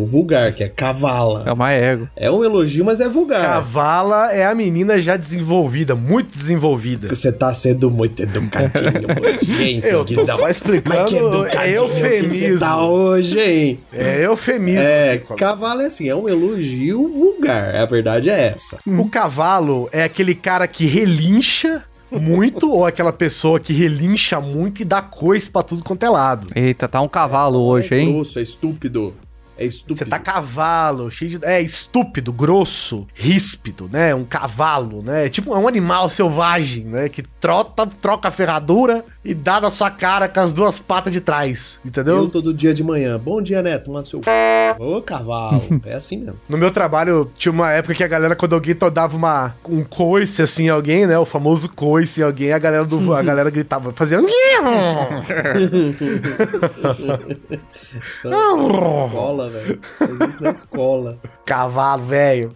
Speaker 4: vulgar, que é
Speaker 3: É
Speaker 4: cavala.
Speaker 3: uma ego.
Speaker 4: É um elogio, mas é vulgar.
Speaker 2: Cavala é a menina já desenvolvida, muito desenvolvida.
Speaker 4: Você tá sendo muito educadinho hoje, hein, seu
Speaker 2: Eu tô
Speaker 4: guizão?
Speaker 2: só explicando,
Speaker 4: Mas que
Speaker 2: é
Speaker 4: educadinho que você
Speaker 2: eufemismo.
Speaker 4: tá hoje, hein?
Speaker 2: É eufemismo.
Speaker 4: É,
Speaker 2: Nicolas.
Speaker 4: cavalo é assim, é um elogio vulgar. A verdade é essa.
Speaker 2: O cavalo é aquele cara que relincha muito ou aquela pessoa que relincha muito e dá coice pra tudo quanto é lado.
Speaker 3: Eita, tá um cavalo hoje,
Speaker 4: É
Speaker 3: hein?
Speaker 4: grosso, é estúpido. É estúpido.
Speaker 2: Você tá cavalo, cheio de... É, estúpido, grosso, ríspido, né? Um cavalo, né? É Tipo, é um animal selvagem, né? Que trota, troca a ferradura e dá na sua cara com as duas patas de trás, entendeu?
Speaker 4: Eu todo dia de manhã. Bom dia, Neto. Manda seu. c****. Ô, cavalo. É assim mesmo.
Speaker 2: No meu trabalho, tinha uma época que a galera, quando alguém to- dava uma, um coice assim em alguém, né? O famoso coice em alguém, a galera, do, a galera gritava, fazia.
Speaker 4: Na escola, velho. Faz isso na escola.
Speaker 2: Cavalo velho.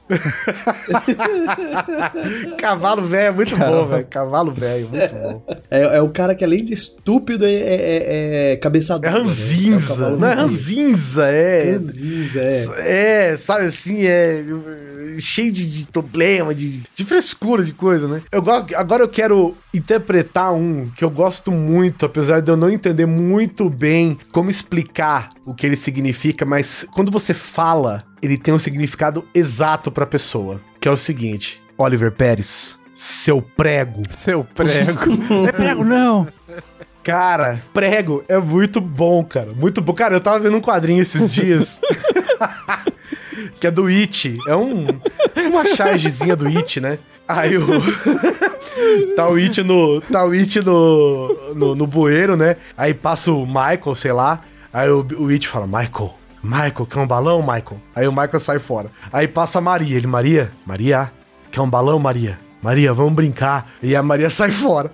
Speaker 2: Cavalo velho é muito bom, velho. Cavalo velho, muito bom.
Speaker 4: É, é o cara que, além de estúpido, é, é, é- é cabeçador.
Speaker 2: É
Speaker 4: o
Speaker 2: ranzinza.
Speaker 4: cavalo
Speaker 2: Não é
Speaker 4: vulgar.
Speaker 2: ranzinza, é.
Speaker 4: Ranzinza, é.
Speaker 2: É, sabe assim, é cheio de, de problema, de, de frescura, de coisa, né? Eu gosto, agora eu quero interpretar um que eu gosto muito, apesar de eu não entender muito bem como explicar o que ele significa, mas quando você fala, ele tem um significado exato pra pessoa, que é o seguinte: Oliver Pérez, seu prego.
Speaker 3: Seu prego. não é prego, não.
Speaker 2: Cara, prego é muito bom, cara. Muito bom. Cara, eu tava vendo um quadrinho esses dias. que é do It. É um, uma chargezinha do It, né? Aí o. tá o It no. Tá o It no, no. no bueiro, né? Aí passa o Michael, sei lá. Aí o, o It fala, Michael. Michael, quer um balão, Michael? Aí o Michael sai fora. Aí passa a Maria. Ele, Maria? Maria? Quer um balão, Maria? Maria, vamos brincar. E a Maria sai fora.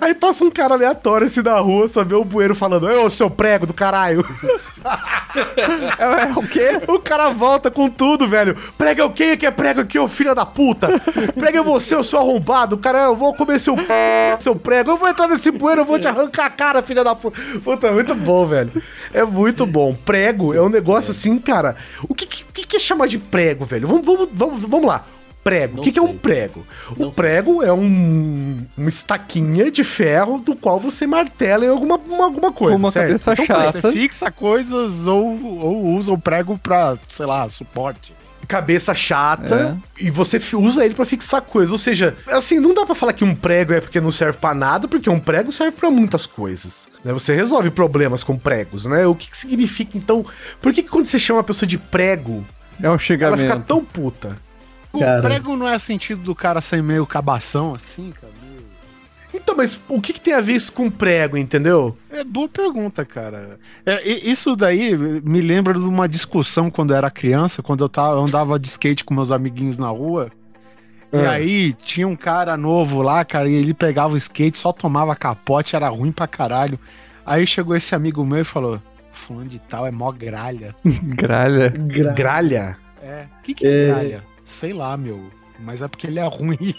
Speaker 2: Aí passa um cara aleatório assim na rua, só vê o bueiro falando, ô seu prego do caralho.
Speaker 3: É, o quê?
Speaker 2: O cara volta com tudo, velho. Prega o quê? que é prego aqui, ô filho da puta? Prega você, eu sou arrombado. Cara, eu vou comer seu, p... seu prego. Eu vou entrar nesse bueiro, eu vou te arrancar a cara, filha da puta. Puta, é muito bom, velho. É muito bom. Prego é um negócio assim, cara. O que, que, o que que é chamar de prego, velho? Vamos, vamos, vamos, vamos lá. Prego.
Speaker 4: Não
Speaker 2: o que, que é
Speaker 4: sei.
Speaker 2: um prego?
Speaker 4: Não
Speaker 2: o prego é um, uma estaquinha de ferro do qual você martela em alguma, uma- alguma coisa.
Speaker 3: Com uma
Speaker 2: certo?
Speaker 3: cabeça
Speaker 5: Então,
Speaker 3: chata.
Speaker 5: Você fixa coisas ou, ou usa o prego pra, sei lá, suporte.
Speaker 2: cabeça chata e você fi- usa ele pra fixar coisas. Ou seja, assim, não dá pra falar que um prego é porque não serve pra nada, porque um prego serve pra muitas coisas. né? Você resolve problemas com pregos, né? O que, que significa, então? Por que, que quando você chama a pessoa de prego,
Speaker 3: É um
Speaker 2: ela fica
Speaker 3: xingamento.
Speaker 2: tão puta?
Speaker 5: O
Speaker 4: Cara.
Speaker 5: prego não é sentido do cara ser meio cabação, assim, cara. meio-
Speaker 2: Então, mas o que, que tem a ver isso com prego, entendeu?
Speaker 5: É boa pergunta, cara. É, e- isso daí me lembra de uma discussão quando eu era criança, quando eu tava, eu andava de skate com meus amiguinhos na rua. E
Speaker 2: Ah.
Speaker 5: aí tinha um cara novo lá, cara, e ele pegava o skate, só tomava capote, era ruim pra caralho. Aí chegou esse amigo meu e falou: Fulano de tal é mó gralha.
Speaker 3: Gralha.
Speaker 4: Gra...
Speaker 2: Gralha?
Speaker 5: É. O que, que é, gralha? Sei lá, meu. Mas é porque ele é ruim.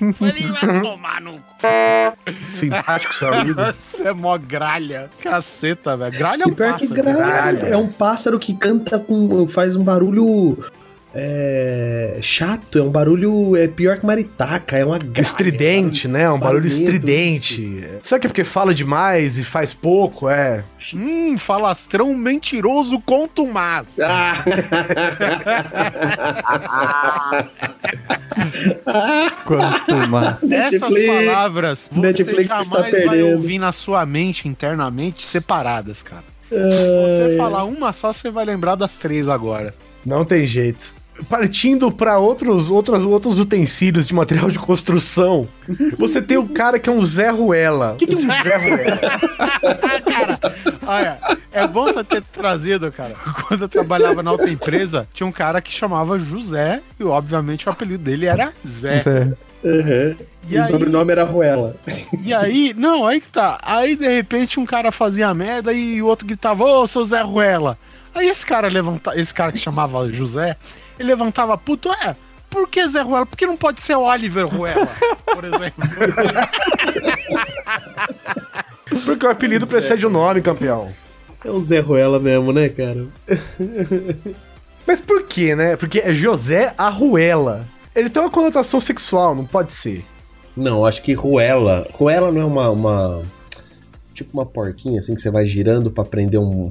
Speaker 5: Eu Falei, vai tomar no cu.
Speaker 2: Simpático, seu amigo.
Speaker 5: Você é mó gralha. Caceta, velho. Gralha é
Speaker 4: E
Speaker 5: um
Speaker 4: pior que
Speaker 5: pássaro.
Speaker 4: gralha
Speaker 2: gralha.
Speaker 4: é um pássaro que canta com. faz um barulho. É, chato, é um barulho. É pior que maritaca, é uma gralha.
Speaker 2: Estridente, né? Um barulho
Speaker 4: Barulhento,
Speaker 2: estridente. Será que é porque fala demais e faz pouco? É.
Speaker 5: Hum, falastrão mentiroso contumaz.
Speaker 4: Ah!
Speaker 3: Quanto mais.
Speaker 5: Essas
Speaker 4: Netflix.
Speaker 5: palavras você
Speaker 4: Netflix
Speaker 5: jamais
Speaker 4: tá
Speaker 5: vai
Speaker 4: perdendo.
Speaker 5: ouvir na sua mente internamente separadas, cara.
Speaker 4: Ah,
Speaker 5: Você falar uma só, você vai lembrar das três agora.
Speaker 2: Não tem jeito. Partindo para outros, outros, outros utensílios de material de construção, você tem o cara que é um Zé Ruela. O que, que é um Zé Ruela?
Speaker 5: cara, olha, é bom você ter trazido, cara. Quando eu trabalhava na outra empresa, tinha um cara que chamava José e, obviamente, o apelido dele era Zé.
Speaker 3: Zé.
Speaker 4: aham.
Speaker 5: E
Speaker 4: o
Speaker 5: aí,
Speaker 4: sobrenome era Ruela.
Speaker 5: E aí, não, aí que tá. Aí de repente um cara fazia merda e o outro gritava, ô, seu Zé Ruela. Aí esse cara levanta, esse cara que chamava José, ele levantava puto, é, por que Zé Ruela? Por que não pode ser o Oliver Ruela, por exemplo?
Speaker 2: Porque o apelido precede o nome, campeão.
Speaker 4: É o Zé Ruela mesmo, né, cara?
Speaker 2: Mas por quê, né? Porque é José Arruela. Ele tem uma conotação sexual, não pode ser.
Speaker 4: Não, acho que Ruela. Ruela não é uma. uma- tipo uma porquinha assim que você vai girando pra prender um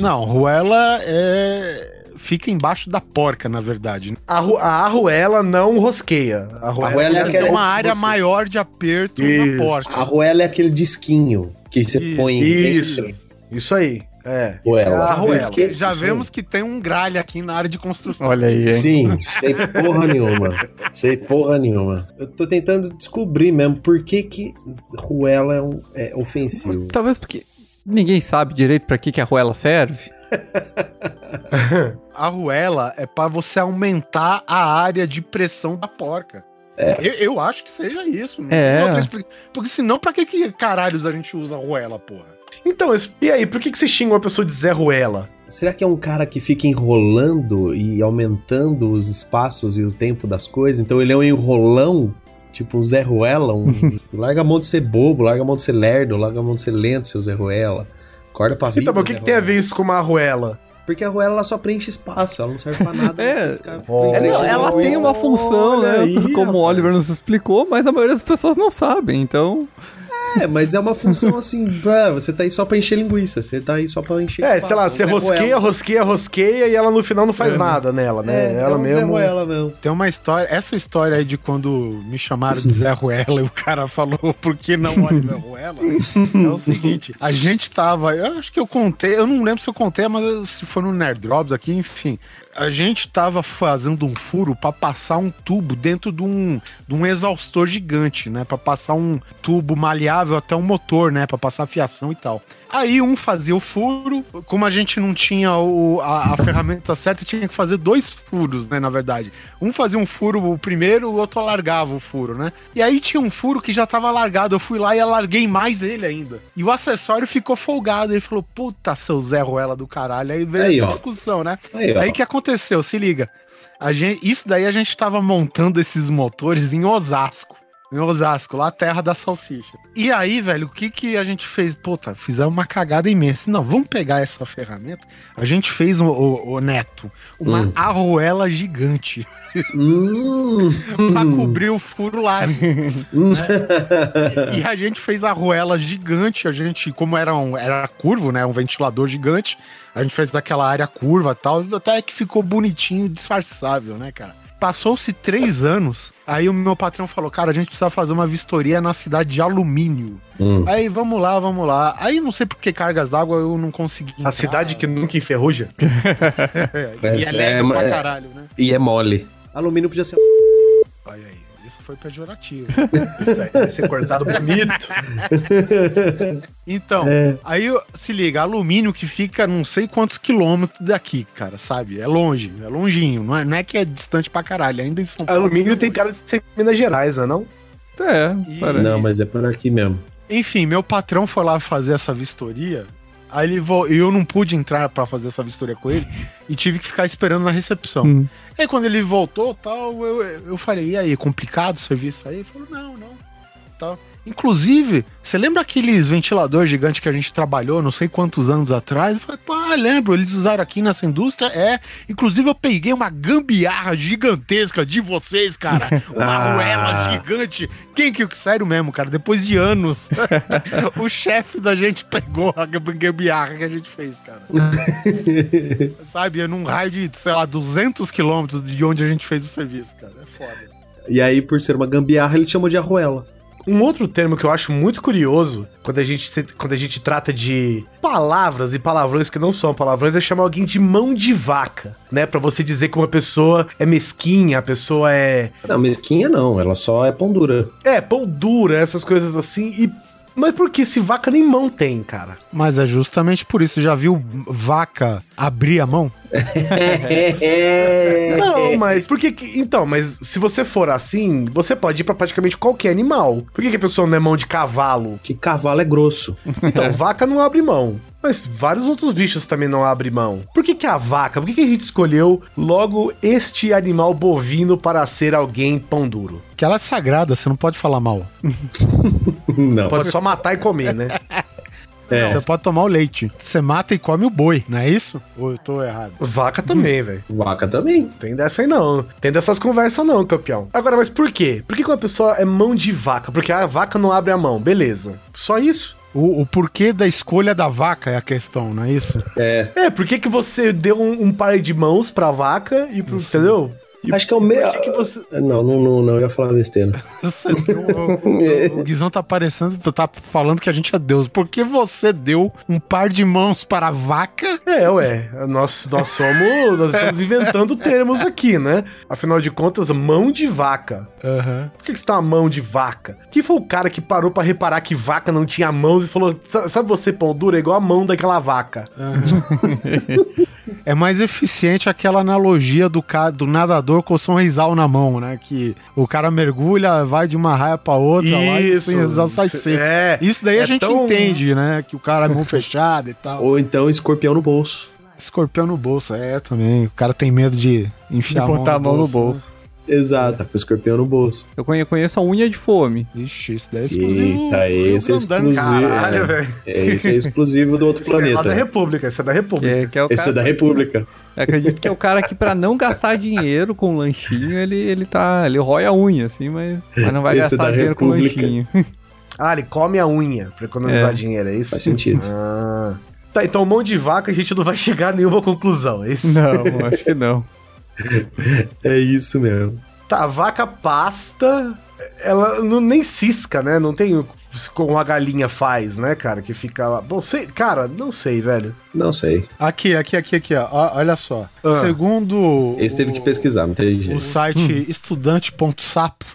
Speaker 5: não, Ruela é... fica embaixo da porca, na verdade. né?
Speaker 2: A, Ru- a Arruela não rosqueia. A Arruela, um
Speaker 4: Arruela é
Speaker 5: Ela
Speaker 4: aquela-
Speaker 5: tem uma área
Speaker 4: você-
Speaker 5: maior de aperto
Speaker 2: Isso.
Speaker 5: na porca.
Speaker 4: A Ruela é aquele disquinho que você
Speaker 5: Isso.
Speaker 4: põe.
Speaker 2: é Isso. Isso aí. É.
Speaker 4: Ruela.
Speaker 2: Isso é a Arruela.
Speaker 4: Porque-
Speaker 5: Já
Speaker 4: Sim.
Speaker 5: vemos que tem um gralho aqui na área de construção.
Speaker 3: Olha aí, hein?
Speaker 4: Sim, sei porra nenhuma. Sei porra nenhuma. Eu tô tentando descobrir mesmo por que que Ruela é, um- é ofensivo.
Speaker 3: Talvez porque ninguém sabe direito pra que, que a arruela serve.
Speaker 5: A ruela é pra você aumentar a área de pressão da porca. Eu, eu acho que seja isso. né? não tem
Speaker 3: É.
Speaker 5: outra expli- Porque senão, pra que, que caralhos a gente usa ruela, porra?
Speaker 2: Então, es- e aí, por que, que você xinga uma pessoa de Zé Ruela?
Speaker 4: Será que é um cara que fica enrolando e aumentando os espaços e o tempo das coisas? Então ele é um enrolão? Tipo um Zé Ruela? Um... larga a mão de ser bobo, larga a mão de ser lerdo, larga a mão de ser lento, seu Zé Ruela. Acorda pra vida.
Speaker 2: Então, mas o que,
Speaker 4: Zé
Speaker 2: que tem a
Speaker 4: Ruela.
Speaker 2: ver isso com uma Arruela?
Speaker 4: Porque a Ruela ela só preenche espaço, ela não serve pra nada.
Speaker 3: É.
Speaker 4: você fica-
Speaker 2: Oh.
Speaker 4: Ela
Speaker 3: Ela,
Speaker 4: enche
Speaker 3: ela
Speaker 4: linguiça.
Speaker 3: tem uma função,
Speaker 2: Olha
Speaker 3: né?
Speaker 2: aí,
Speaker 3: como o
Speaker 2: rapaz.
Speaker 3: Oliver nos explicou, mas a maioria das pessoas não sabem, então.
Speaker 4: É, mas é uma função assim, bah, você tá aí só pra encher linguiça, você tá aí só pra encher.
Speaker 2: É,
Speaker 4: espaço,
Speaker 2: sei lá,
Speaker 4: um
Speaker 2: você
Speaker 4: Zé
Speaker 2: rosqueia,
Speaker 4: Ruela.
Speaker 2: rosqueia, rosqueia e ela no final não faz nada nela, né?
Speaker 4: É,
Speaker 2: ela
Speaker 4: é um Zé
Speaker 2: mesmo.
Speaker 4: Ruela mesmo.
Speaker 5: Tem uma história, essa história aí de quando me chamaram de Zé Ruela e o cara falou por que não Oliver Ruela, é o seguinte, a gente tava, eu acho que eu contei, eu não lembro se eu contei, mas eu- se foi no Nerd Drops aqui, enfim, a gente tava fazendo um furo pra passar um tubo dentro de um, de um exaustor gigante, né, Pra passar um tubo maleável até um motor, né, Pra passar fiação e tal. Aí um fazia o furo, como a gente não tinha o- a, a ferramenta certa, tinha que fazer dois furos, né, na verdade. Um fazia um furo o primeiro, o outro alargava o furo, né? E aí tinha um furo que já tava largado, eu fui lá e alarguei mais ele ainda. E o acessório ficou folgado, ele falou, puta, seu Zé Ruela do caralho. Aí veio
Speaker 4: Aí,
Speaker 5: essa
Speaker 4: ó.
Speaker 5: discussão, né?
Speaker 4: Aí, ó.
Speaker 5: Aí o que aconteceu? Se liga. A gente- isso daí a gente tava montando esses motores em Osasco. Em Osasco, lá terra da salsicha. E aí, velho, o que que a gente fez? Puta, fizemos uma cagada imensa. Não, vamos pegar essa ferramenta. A gente fez, o, o- o Neto, uma
Speaker 4: Hum.
Speaker 5: arruela gigante
Speaker 4: Hum,
Speaker 5: pra cobrir o furo largo.
Speaker 4: hum.
Speaker 5: E a gente fez a arruela gigante, a gente, como era um era curvo, né, um ventilador gigante, a gente fez daquela área curva e tal, até que ficou bonitinho, disfarçável, né, cara? Passou-se três anos, aí o meu patrão falou, cara, a gente precisa fazer uma vistoria na cidade de alumínio.
Speaker 4: Hum.
Speaker 5: Aí, vamos lá, vamos lá. Aí, não sei por que cargas d'água eu não consegui.
Speaker 2: A cidade
Speaker 4: Ah.
Speaker 2: que nunca enferruja?
Speaker 5: é, e é,
Speaker 4: Essa
Speaker 5: leve
Speaker 4: é-
Speaker 5: pra
Speaker 4: é-
Speaker 5: caralho, né?
Speaker 4: E é mole. Alumínio podia ser.
Speaker 5: Olha aí, isso foi pejorativo.
Speaker 2: Isso aí, vai ser cortado bonito.
Speaker 5: Então,
Speaker 4: É.
Speaker 5: aí eu- se liga, alumínio que fica não sei quantos quilômetros daqui, cara, sabe? É longe, é longinho, não é, não é que é distante pra caralho, ainda em São Paulo.
Speaker 2: Alumínio tem cara de ser Minas Gerais, não é não?
Speaker 3: É,
Speaker 5: Ih.
Speaker 3: parece.
Speaker 4: Não, mas é por aqui mesmo.
Speaker 5: Enfim, meu patrão foi lá fazer essa vistoria, aí ele vo... eu não pude entrar pra fazer essa vistoria com ele e tive que ficar esperando na recepção.
Speaker 3: Hum.
Speaker 5: Aí quando ele voltou, tal, eu, eu falei, e aí, é complicado o serviço aí? Ele falou, não, não. Tal. Inclusive, você lembra aqueles ventiladores gigantes que a gente trabalhou não sei quantos anos atrás? Eu falei, pá, lembro, eles usaram aqui nessa indústria, é. Inclusive, eu peguei uma gambiarra gigantesca de vocês, cara. Uma
Speaker 4: Ah.
Speaker 5: arruela gigante. Quem que. Sério mesmo, cara, depois de anos, o chefe da gente pegou a gambiarra que a gente fez, cara sabe? Num raio de, sei lá, 200 quilômetros de onde a gente fez o serviço, cara. É foda.
Speaker 4: E aí, por ser uma gambiarra, ele chamou de arruela.
Speaker 2: Um outro termo que eu acho muito curioso quando a gente, se- quando a gente trata de palavras e palavrões que não são palavrões é chamar alguém de mão de vaca, né? Pra você dizer que uma pessoa é mesquinha, a pessoa é.
Speaker 4: Não, mesquinha não, ela só é pão dura.
Speaker 2: É, pão dura, essas coisas assim. E. Mas por que se vaca nem mão tem, cara?
Speaker 5: Mas é justamente por isso. Já viu vaca abrir a mão?
Speaker 4: É.
Speaker 2: Não, mas por que que- Então, mas se você for assim, você pode ir pra praticamente qualquer animal. Por que, que a pessoa não é mão de cavalo?
Speaker 4: que cavalo é grosso.
Speaker 2: Então, vaca não abre mão. Mas vários outros bichos também não abrem mão. Por que, que a vaca? Por que, que a gente escolheu logo este animal bovino para ser alguém pão duro?
Speaker 5: Que ela é sagrada, você não pode falar mal.
Speaker 4: Não.
Speaker 2: Pode só matar e comer, né?
Speaker 4: É.
Speaker 5: Você pode tomar o leite. Você mata e come o boi, não é isso? Ou eu tô errado?
Speaker 2: Vaca também, velho.
Speaker 4: Vaca também.
Speaker 2: Tem dessa aí não. Tem dessas conversas não, campeão. Agora, mas por quê? Por que que uma pessoa é mão de vaca? Porque a vaca não abre a mão, beleza. Só isso?
Speaker 5: O, o porquê da escolha da vaca é a questão, não é isso?
Speaker 4: É.
Speaker 2: É, por que que você deu um, um par de mãos pra vaca e pro, entendeu? E
Speaker 4: Acho que é o meio.
Speaker 2: por que que você...
Speaker 4: Não, não, não, não, eu ia falar besteira.
Speaker 5: Você deu- o, o- o Guizão tá parecendo, tá falando que a gente é Deus. Por que você deu um par de mãos para a vaca?
Speaker 2: É, ué, nós, nós somos, nós estamos inventando termos aqui, né? Afinal de contas, mão de vaca.
Speaker 5: Aham.
Speaker 2: Por que que você tem uma mão de vaca? Quem foi o cara que parou pra reparar que vaca não tinha mãos e falou, "Sa- sabe você, pão duro, é igual a mão daquela vaca.
Speaker 5: É mais eficiente aquela analogia do, ca- do nadador com o sorrisal na mão, né? Que o cara mergulha, vai de uma raia pra outra, lá e o sorrisal sai seco.
Speaker 2: É.
Speaker 5: Isso daí
Speaker 2: É
Speaker 5: a gente
Speaker 2: tão-
Speaker 5: entende, né? Que o cara é mão fechada e tal.
Speaker 4: Ou então escorpião no bolso.
Speaker 5: Escorpião no bolso, é, também. O cara tem medo de enfiar
Speaker 3: de botar a mão no
Speaker 5: né?
Speaker 3: bolso.
Speaker 4: Exato, tá com escorpião no bolso.
Speaker 3: Eu conhe- conheço a unha de fome.
Speaker 5: né? Ixi, isso daí é exclusivo.
Speaker 4: Eita,
Speaker 5: Rio
Speaker 4: esse é
Speaker 5: Grandão,
Speaker 4: exclusivo.
Speaker 2: Caralho,
Speaker 4: é.
Speaker 2: velho.
Speaker 4: É, esse é exclusivo do outro
Speaker 2: Esse é lá da
Speaker 4: planeta.
Speaker 2: República, esse é da República.
Speaker 3: Que é, que é o
Speaker 4: Esse é
Speaker 3: cara,
Speaker 4: da República.
Speaker 3: eu Acredito que é o cara que, pra não gastar dinheiro com lanchinho, ele, ele tá. Ele rói a unha, assim, mas, mas não vai
Speaker 4: Esse é
Speaker 3: gastar
Speaker 4: da
Speaker 3: dinheiro
Speaker 4: República.
Speaker 3: com lanchinho.
Speaker 2: Ah, ele come a unha pra economizar
Speaker 3: É.
Speaker 2: dinheiro, é isso?
Speaker 4: Faz sentido.
Speaker 2: Ah. Tá, então mão de vaca a gente não vai chegar a nenhuma conclusão, é isso?
Speaker 3: Não, acho que não.
Speaker 4: É isso mesmo.
Speaker 2: Tá, a vaca pasta, ela não, nem cisca, né? Não tem o- como a galinha faz, né, cara? Que fica lá. Bom, sei, cara, não sei, velho.
Speaker 4: Não sei.
Speaker 5: Aqui, aqui, aqui, aqui, ó. Ó, Olha só.
Speaker 2: Ah.
Speaker 5: Segundo.
Speaker 4: Esse teve
Speaker 5: o-
Speaker 4: que pesquisar, não tem
Speaker 5: O
Speaker 4: jeito.
Speaker 5: site estudante.sapo.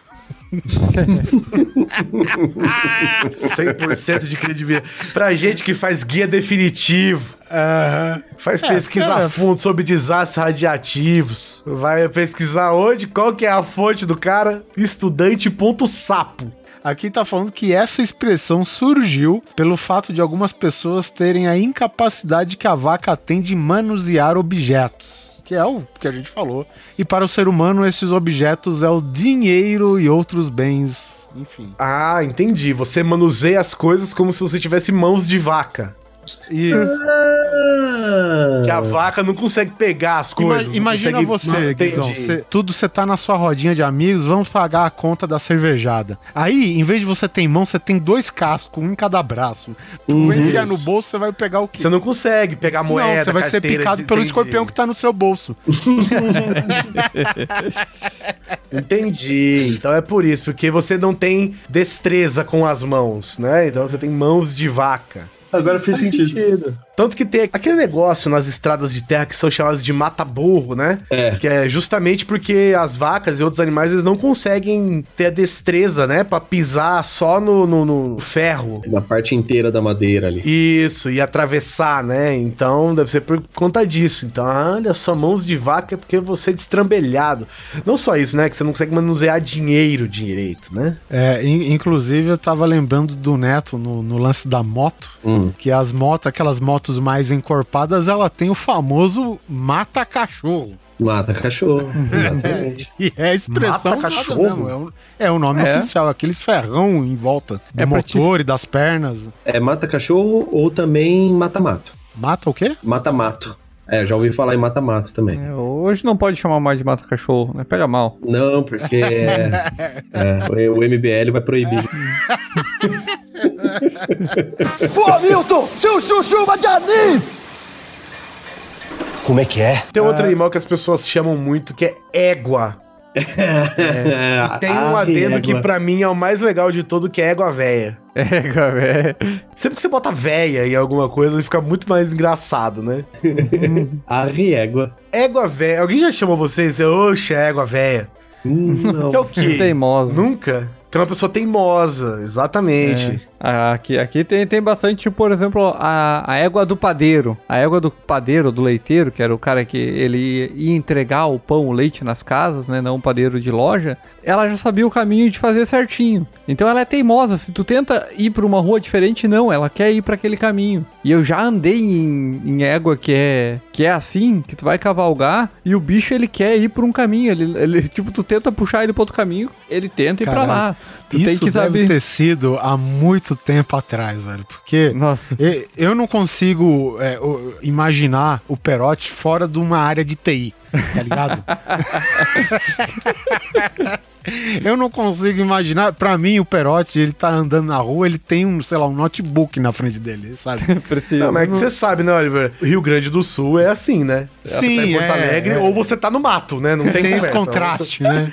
Speaker 2: 100% de credibilidade. Pra gente que faz guia definitivo,
Speaker 5: Aham.
Speaker 2: faz
Speaker 5: É,
Speaker 2: pesquisa
Speaker 5: cara,
Speaker 2: a fundo sobre desastres radiativos. Vai pesquisar onde, qual que é a fonte do cara? Estudante.sapo.
Speaker 5: Aqui tá falando que essa expressão surgiu pelo fato de algumas pessoas terem a incapacidade que a vaca tem de manusear objetos, que é o que a gente falou. E para o ser humano, esses objetos é o dinheiro e outros bens, enfim.
Speaker 2: Ah, entendi. Você manuseia as coisas como se você tivesse mãos de vaca.
Speaker 5: E
Speaker 2: Ah.
Speaker 4: Ah!
Speaker 2: Que a vaca não consegue pegar as
Speaker 5: É. ima-
Speaker 2: coisas. não
Speaker 5: imagina
Speaker 2: consegue- Não,
Speaker 5: você,
Speaker 2: entendi.
Speaker 5: Guizão, você- tudo você tá na sua rodinha de amigos, vamos pagar a conta da cervejada. Aí, em vez de você ter mão, você tem dois cascos, um em cada braço. Tu
Speaker 4: Uhum.
Speaker 5: vai enfiar no bolso, você vai pegar o quê?
Speaker 2: Você não consegue pegar moeda.
Speaker 5: não, você vai ser
Speaker 2: carteira,
Speaker 5: picado pelo
Speaker 2: entendi.
Speaker 5: escorpião que tá no seu bolso.
Speaker 2: Entendi. Então é por isso, porque você não tem destreza com as mãos, né? Então você tem mãos de vaca.
Speaker 4: Agora fez sentido.
Speaker 2: Tanto que tem aquele negócio nas estradas de terra que são chamadas de mata-burro, né?
Speaker 4: É.
Speaker 2: Que é justamente porque as vacas e outros animais eles não conseguem ter a destreza, né? Pra pisar só no, no- no ferro.
Speaker 4: Na parte inteira da madeira ali.
Speaker 2: Isso, e atravessar, né? Então deve ser por conta disso. Então, ah, olha só, mãos de vaca é porque você é destrambelhado. Não só isso, né? Que você não consegue manusear dinheiro direito, né?
Speaker 5: É, in- inclusive, eu tava lembrando do Neto no, no lance da moto,
Speaker 4: Hum.
Speaker 5: que as motos, aquelas motos mais encorpadas, ela tem o famoso mata-cachorro.
Speaker 4: Mata cachorro. Exatamente.
Speaker 5: E é a expressão
Speaker 2: Mata
Speaker 5: usada
Speaker 2: cachorro?
Speaker 5: mesmo, É, o- é o nome
Speaker 3: É.
Speaker 5: oficial, aqueles ferrão em volta do
Speaker 3: É pra ti-
Speaker 5: motor e das pernas.
Speaker 4: É mata cachorro ou também mata mato.
Speaker 5: Mata o quê?
Speaker 4: Mata mato. É, já ouvi falar em mata mato também.
Speaker 3: É, hoje não pode chamar mais de mata-cachorro, né? Pega mal.
Speaker 4: Não, porque é, é, o o MBL vai proibir.
Speaker 2: Tem um
Speaker 4: Ah.
Speaker 2: outro animal que as pessoas chamam muito, que é égua. Tem
Speaker 4: Ah,
Speaker 2: um adendo que pra mim é o mais legal de todo, que é égua véia.
Speaker 3: É, cara, é.
Speaker 2: Sempre que você bota véia em alguma coisa, fica muito mais engraçado, né?
Speaker 4: A riégua.
Speaker 2: Égua véia. Alguém já chamou vocês? Oxa, égua véia.
Speaker 4: Hum, não.
Speaker 2: Que é o quê?
Speaker 3: Teimosa.
Speaker 2: Nunca? Que é uma pessoa teimosa, exatamente.
Speaker 3: É. Aqui, aqui tem, tem bastante, tipo, por exemplo, a, a égua do padeiro. A égua do padeiro, do leiteiro, que era o cara que ele ia entregar o pão, o leite nas casas, né? Não o padeiro de loja. Ela já sabia o caminho de fazer certinho. Então ela é teimosa. Se tu tenta ir pra uma rua diferente, não. Ela quer ir pra aquele caminho. E eu já andei em, em égua que é, que é assim, que tu vai cavalgar e o bicho ele quer ir pra um caminho. Ele, ele- tipo, tu tenta puxar ele pra outro caminho, ele tenta ir pra
Speaker 5: Caralho.
Speaker 3: lá. Tu
Speaker 5: Isso
Speaker 3: tem que
Speaker 5: deve
Speaker 3: saber.
Speaker 5: ter sido há muito tempo atrás, velho. Porque
Speaker 3: Nossa.
Speaker 5: e- eu não consigo é, o- imaginar o Perotti fora de uma área de TI, tá ligado? eu não consigo imaginar. Pra mim, o Perotti, ele tá andando na rua, ele tem um, sei lá, um notebook na frente dele, sabe?
Speaker 3: Precisa.
Speaker 2: Não, mas é que você sabe, né, Oliver? Rio Grande do Sul é assim, né? Você
Speaker 5: Sim,
Speaker 2: tá em Porto
Speaker 5: é,
Speaker 2: Alegre,
Speaker 5: é.
Speaker 2: ou você tá no mato, né? Não tem,
Speaker 5: Tem esse
Speaker 2: conversa.
Speaker 5: contraste, né?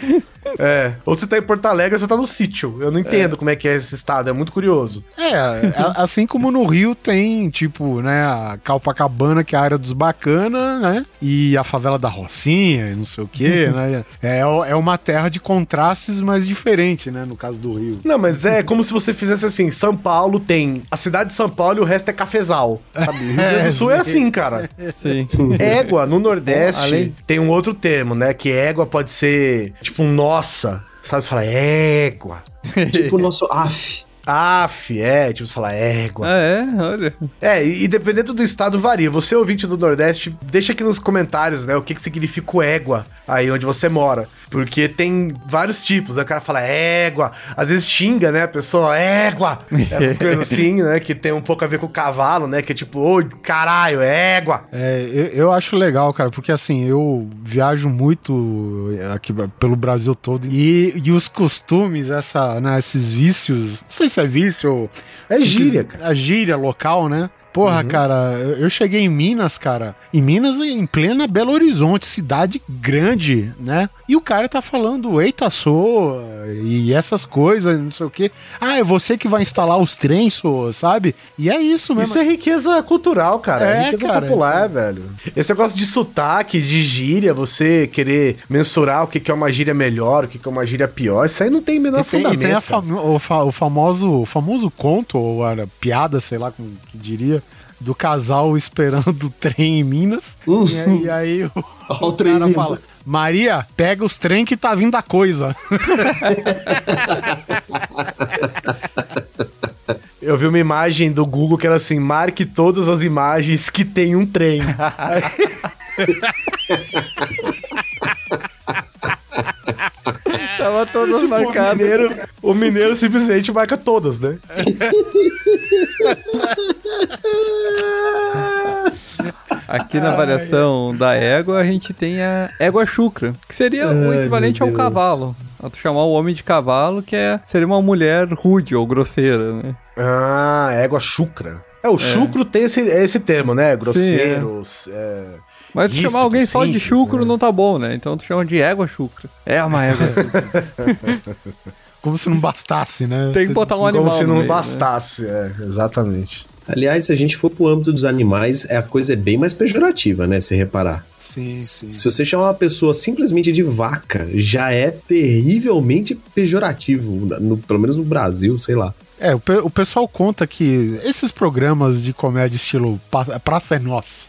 Speaker 2: É. Ou você tá em Porto Alegre, ou você tá no sítio. Eu não entendo como é que é esse estado, é muito curioso.
Speaker 5: É, a- assim como no Rio tem, tipo, né, a Calpacabana, que é a área dos bacana, né? E a favela da Rocinha, e não sei o quê, né? É, o- é uma terra de contrastes, mas diferente, né? No caso do Rio.
Speaker 2: Não, mas é como se você fizesse assim, São Paulo tem a cidade de São Paulo e o resto é cafezal. Sabe? Rio Grande do Sul é assim, cara.
Speaker 3: Sim.
Speaker 2: Égua, no Nordeste,
Speaker 3: Além-
Speaker 2: tem um outro termo, né? Que égua pode ser tipo um nossa. Sabe, você fala égua.
Speaker 4: Tipo o nosso AF.
Speaker 2: Af, é, tipo, você fala égua.
Speaker 3: Ah, é? Olha.
Speaker 2: É, e e dependendo do estado varia. Você ouvinte do Nordeste, deixa aqui nos comentários, né, o que, que significa o égua aí onde você mora. Porque tem vários tipos, né? O cara fala égua, às vezes xinga, né? A pessoa, égua! Essas coisas assim, né? Que tem um pouco a ver com o cavalo, né? Que é tipo, ô, caralho, égua!
Speaker 5: É, eu, eu acho legal, cara, porque assim, eu viajo muito é, aqui pelo Brasil todo e, e os costumes, essa, né, esses vícios, não sei se é vício ou
Speaker 2: É gíria, cara. Uhum.
Speaker 5: A gíria local, né? Porra, cara, eu eu cheguei em Minas, cara. Em Minas, em plena Belo Horizonte, cidade grande, né? E o cara tá falando, eita, sou, e essas coisas, não sei o quê. Ah, é você que vai instalar os trens, sou, sabe? E é isso mesmo.
Speaker 2: Isso é riqueza cultural, cara. É,
Speaker 5: É,
Speaker 2: riqueza
Speaker 5: cara,
Speaker 2: popular, velho. Esse negócio de sotaque, de gíria, você querer mensurar o que, que é uma gíria melhor, o que, que é uma gíria pior, isso aí não tem o
Speaker 3: É
Speaker 2: menor
Speaker 5: E tem, e
Speaker 2: fundamento.
Speaker 5: tem a
Speaker 2: cara.
Speaker 5: fam- o, fa- o famoso, o famoso conto, ou era piada, sei lá como que diria, do casal esperando o trem em Minas.
Speaker 4: Hum.
Speaker 5: E aí, e aí o,
Speaker 4: Olha o
Speaker 5: o
Speaker 4: trem
Speaker 5: cara
Speaker 4: vindo.
Speaker 5: fala, Maria, pega os trem que tá vindo a coisa.
Speaker 2: Eu vi uma imagem do Google que era assim: marque todas as imagens que tem um trem.
Speaker 3: Tava todas
Speaker 2: o,
Speaker 3: marcadas.
Speaker 2: Tipo, mineiro, o mineiro simplesmente marca todas, né?
Speaker 3: Aqui na variação da égua, a gente tem a égua chucra, que seria o equivalente ao
Speaker 4: meu Deus.
Speaker 3: cavalo. A tu chamar o homem de cavalo, que é, seria uma mulher rude ou grosseira, né?
Speaker 2: Ah, égua chucra. É, o chucro tem esse, esse termo, né? Grosseiros. é.
Speaker 3: Mas tu
Speaker 2: Ríspido,
Speaker 3: chamar alguém só de
Speaker 2: simples,
Speaker 3: chucro
Speaker 2: né?
Speaker 3: não tá bom, né? Então tu chama de égua chucra. É uma égua. chucra.
Speaker 5: Como se não bastasse, né?
Speaker 3: tem que botar um animal.
Speaker 2: Como se
Speaker 3: no
Speaker 2: não
Speaker 3: meio, né?
Speaker 2: bastasse. É, exatamente.
Speaker 4: Aliás, se a gente for pro âmbito dos animais, é, a coisa é bem mais pejorativa, né? Se reparar.
Speaker 5: Sim, sim.
Speaker 4: Se você chamar uma pessoa simplesmente de vaca, já é terrivelmente pejorativo, na- no- pelo menos no Brasil, sei lá.
Speaker 5: É, o, pe- o pessoal conta que esses programas de comédia estilo Pa- Praça é Nossa,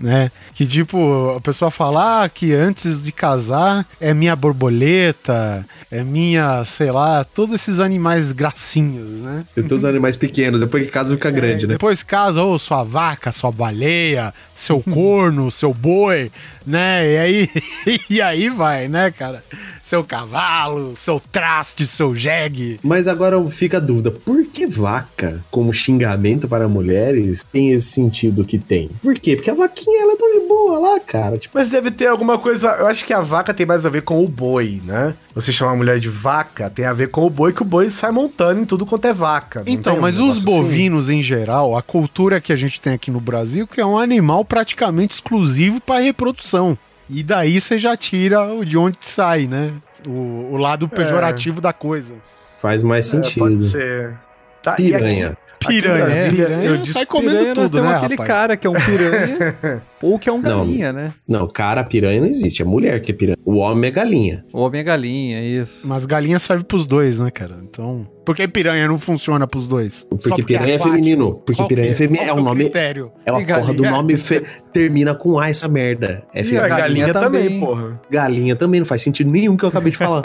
Speaker 5: né? Que tipo, a pessoa fala ah, que antes de casar é minha borboleta, é minha, sei lá, todos esses animais gracinhos, né?
Speaker 4: Eu tenho os animais pequenos, depois que casa
Speaker 2: É.
Speaker 4: fica grande, né?
Speaker 5: Depois casa, ô, sua vaca, sua baleia, seu corno, seu boi, né? E aí, e aí vai, né, cara? Seu cavalo, seu traste, seu jegue.
Speaker 4: Mas agora fica a dúvida, por que vaca, como xingamento para mulheres, tem esse sentido que tem? Por quê? Porque a vaquinha, ela é tão de boa lá, cara. Tipo,
Speaker 2: Mas deve ter alguma coisa. Eu acho que a vaca tem mais a ver com o boi, né? Você chamar a mulher de vaca tem a ver com o boi, que o boi sai montando em tudo quanto é vaca. não
Speaker 5: Então,
Speaker 2: tem um
Speaker 5: mas os
Speaker 2: negócio
Speaker 5: bovinos em geral, a cultura que a gente tem aqui no Brasil, que é um animal praticamente exclusivo para reprodução. E daí você já tira o de onde sai, né? O, o
Speaker 3: É.
Speaker 5: lado pejorativo da coisa.
Speaker 4: faz mais
Speaker 2: assim? É, pode
Speaker 4: sentido.
Speaker 2: ser. Tá, e aqui-
Speaker 4: Piranha.
Speaker 5: Piranha,
Speaker 2: Brasília, eu
Speaker 5: piranha
Speaker 2: disse
Speaker 5: sai comendo
Speaker 3: É. Piranha, nós
Speaker 5: tudo,
Speaker 3: temos
Speaker 5: né,
Speaker 3: aquele
Speaker 5: rapaz?
Speaker 3: cara que é um piranha ou que é um
Speaker 4: Não.
Speaker 3: galinha, né?
Speaker 4: Não, cara, piranha não existe. É mulher que é piranha. O homem é galinha.
Speaker 3: O homem é galinha, isso.
Speaker 5: Mas galinha serve pros dois, né, cara? Então, Por que piranha não funciona pros dois? Só
Speaker 4: Porque piranha é
Speaker 5: aquático?
Speaker 4: feminino. Porque
Speaker 5: Qual
Speaker 4: piranha é
Speaker 5: que-
Speaker 4: feminino. É
Speaker 5: qual
Speaker 4: o
Speaker 5: que
Speaker 4: nome.
Speaker 5: critério?
Speaker 4: Ela
Speaker 3: E
Speaker 4: porra do
Speaker 5: galinha?
Speaker 4: nome fe- termina com A essa merda. É
Speaker 2: E a
Speaker 4: feminino.
Speaker 3: galinha
Speaker 2: galinha também,
Speaker 3: também.
Speaker 2: porra.
Speaker 4: Galinha também não faz sentido nenhum que eu acabei de falar.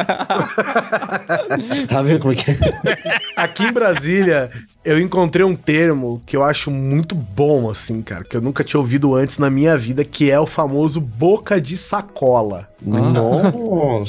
Speaker 4: Você tá vendo como é que é?
Speaker 2: Aqui em Brasília, eu encontrei um termo que eu acho muito bom, assim, cara, que eu nunca tinha ouvido antes na minha vida, que é o famoso boca de sacola.
Speaker 4: Nossa. O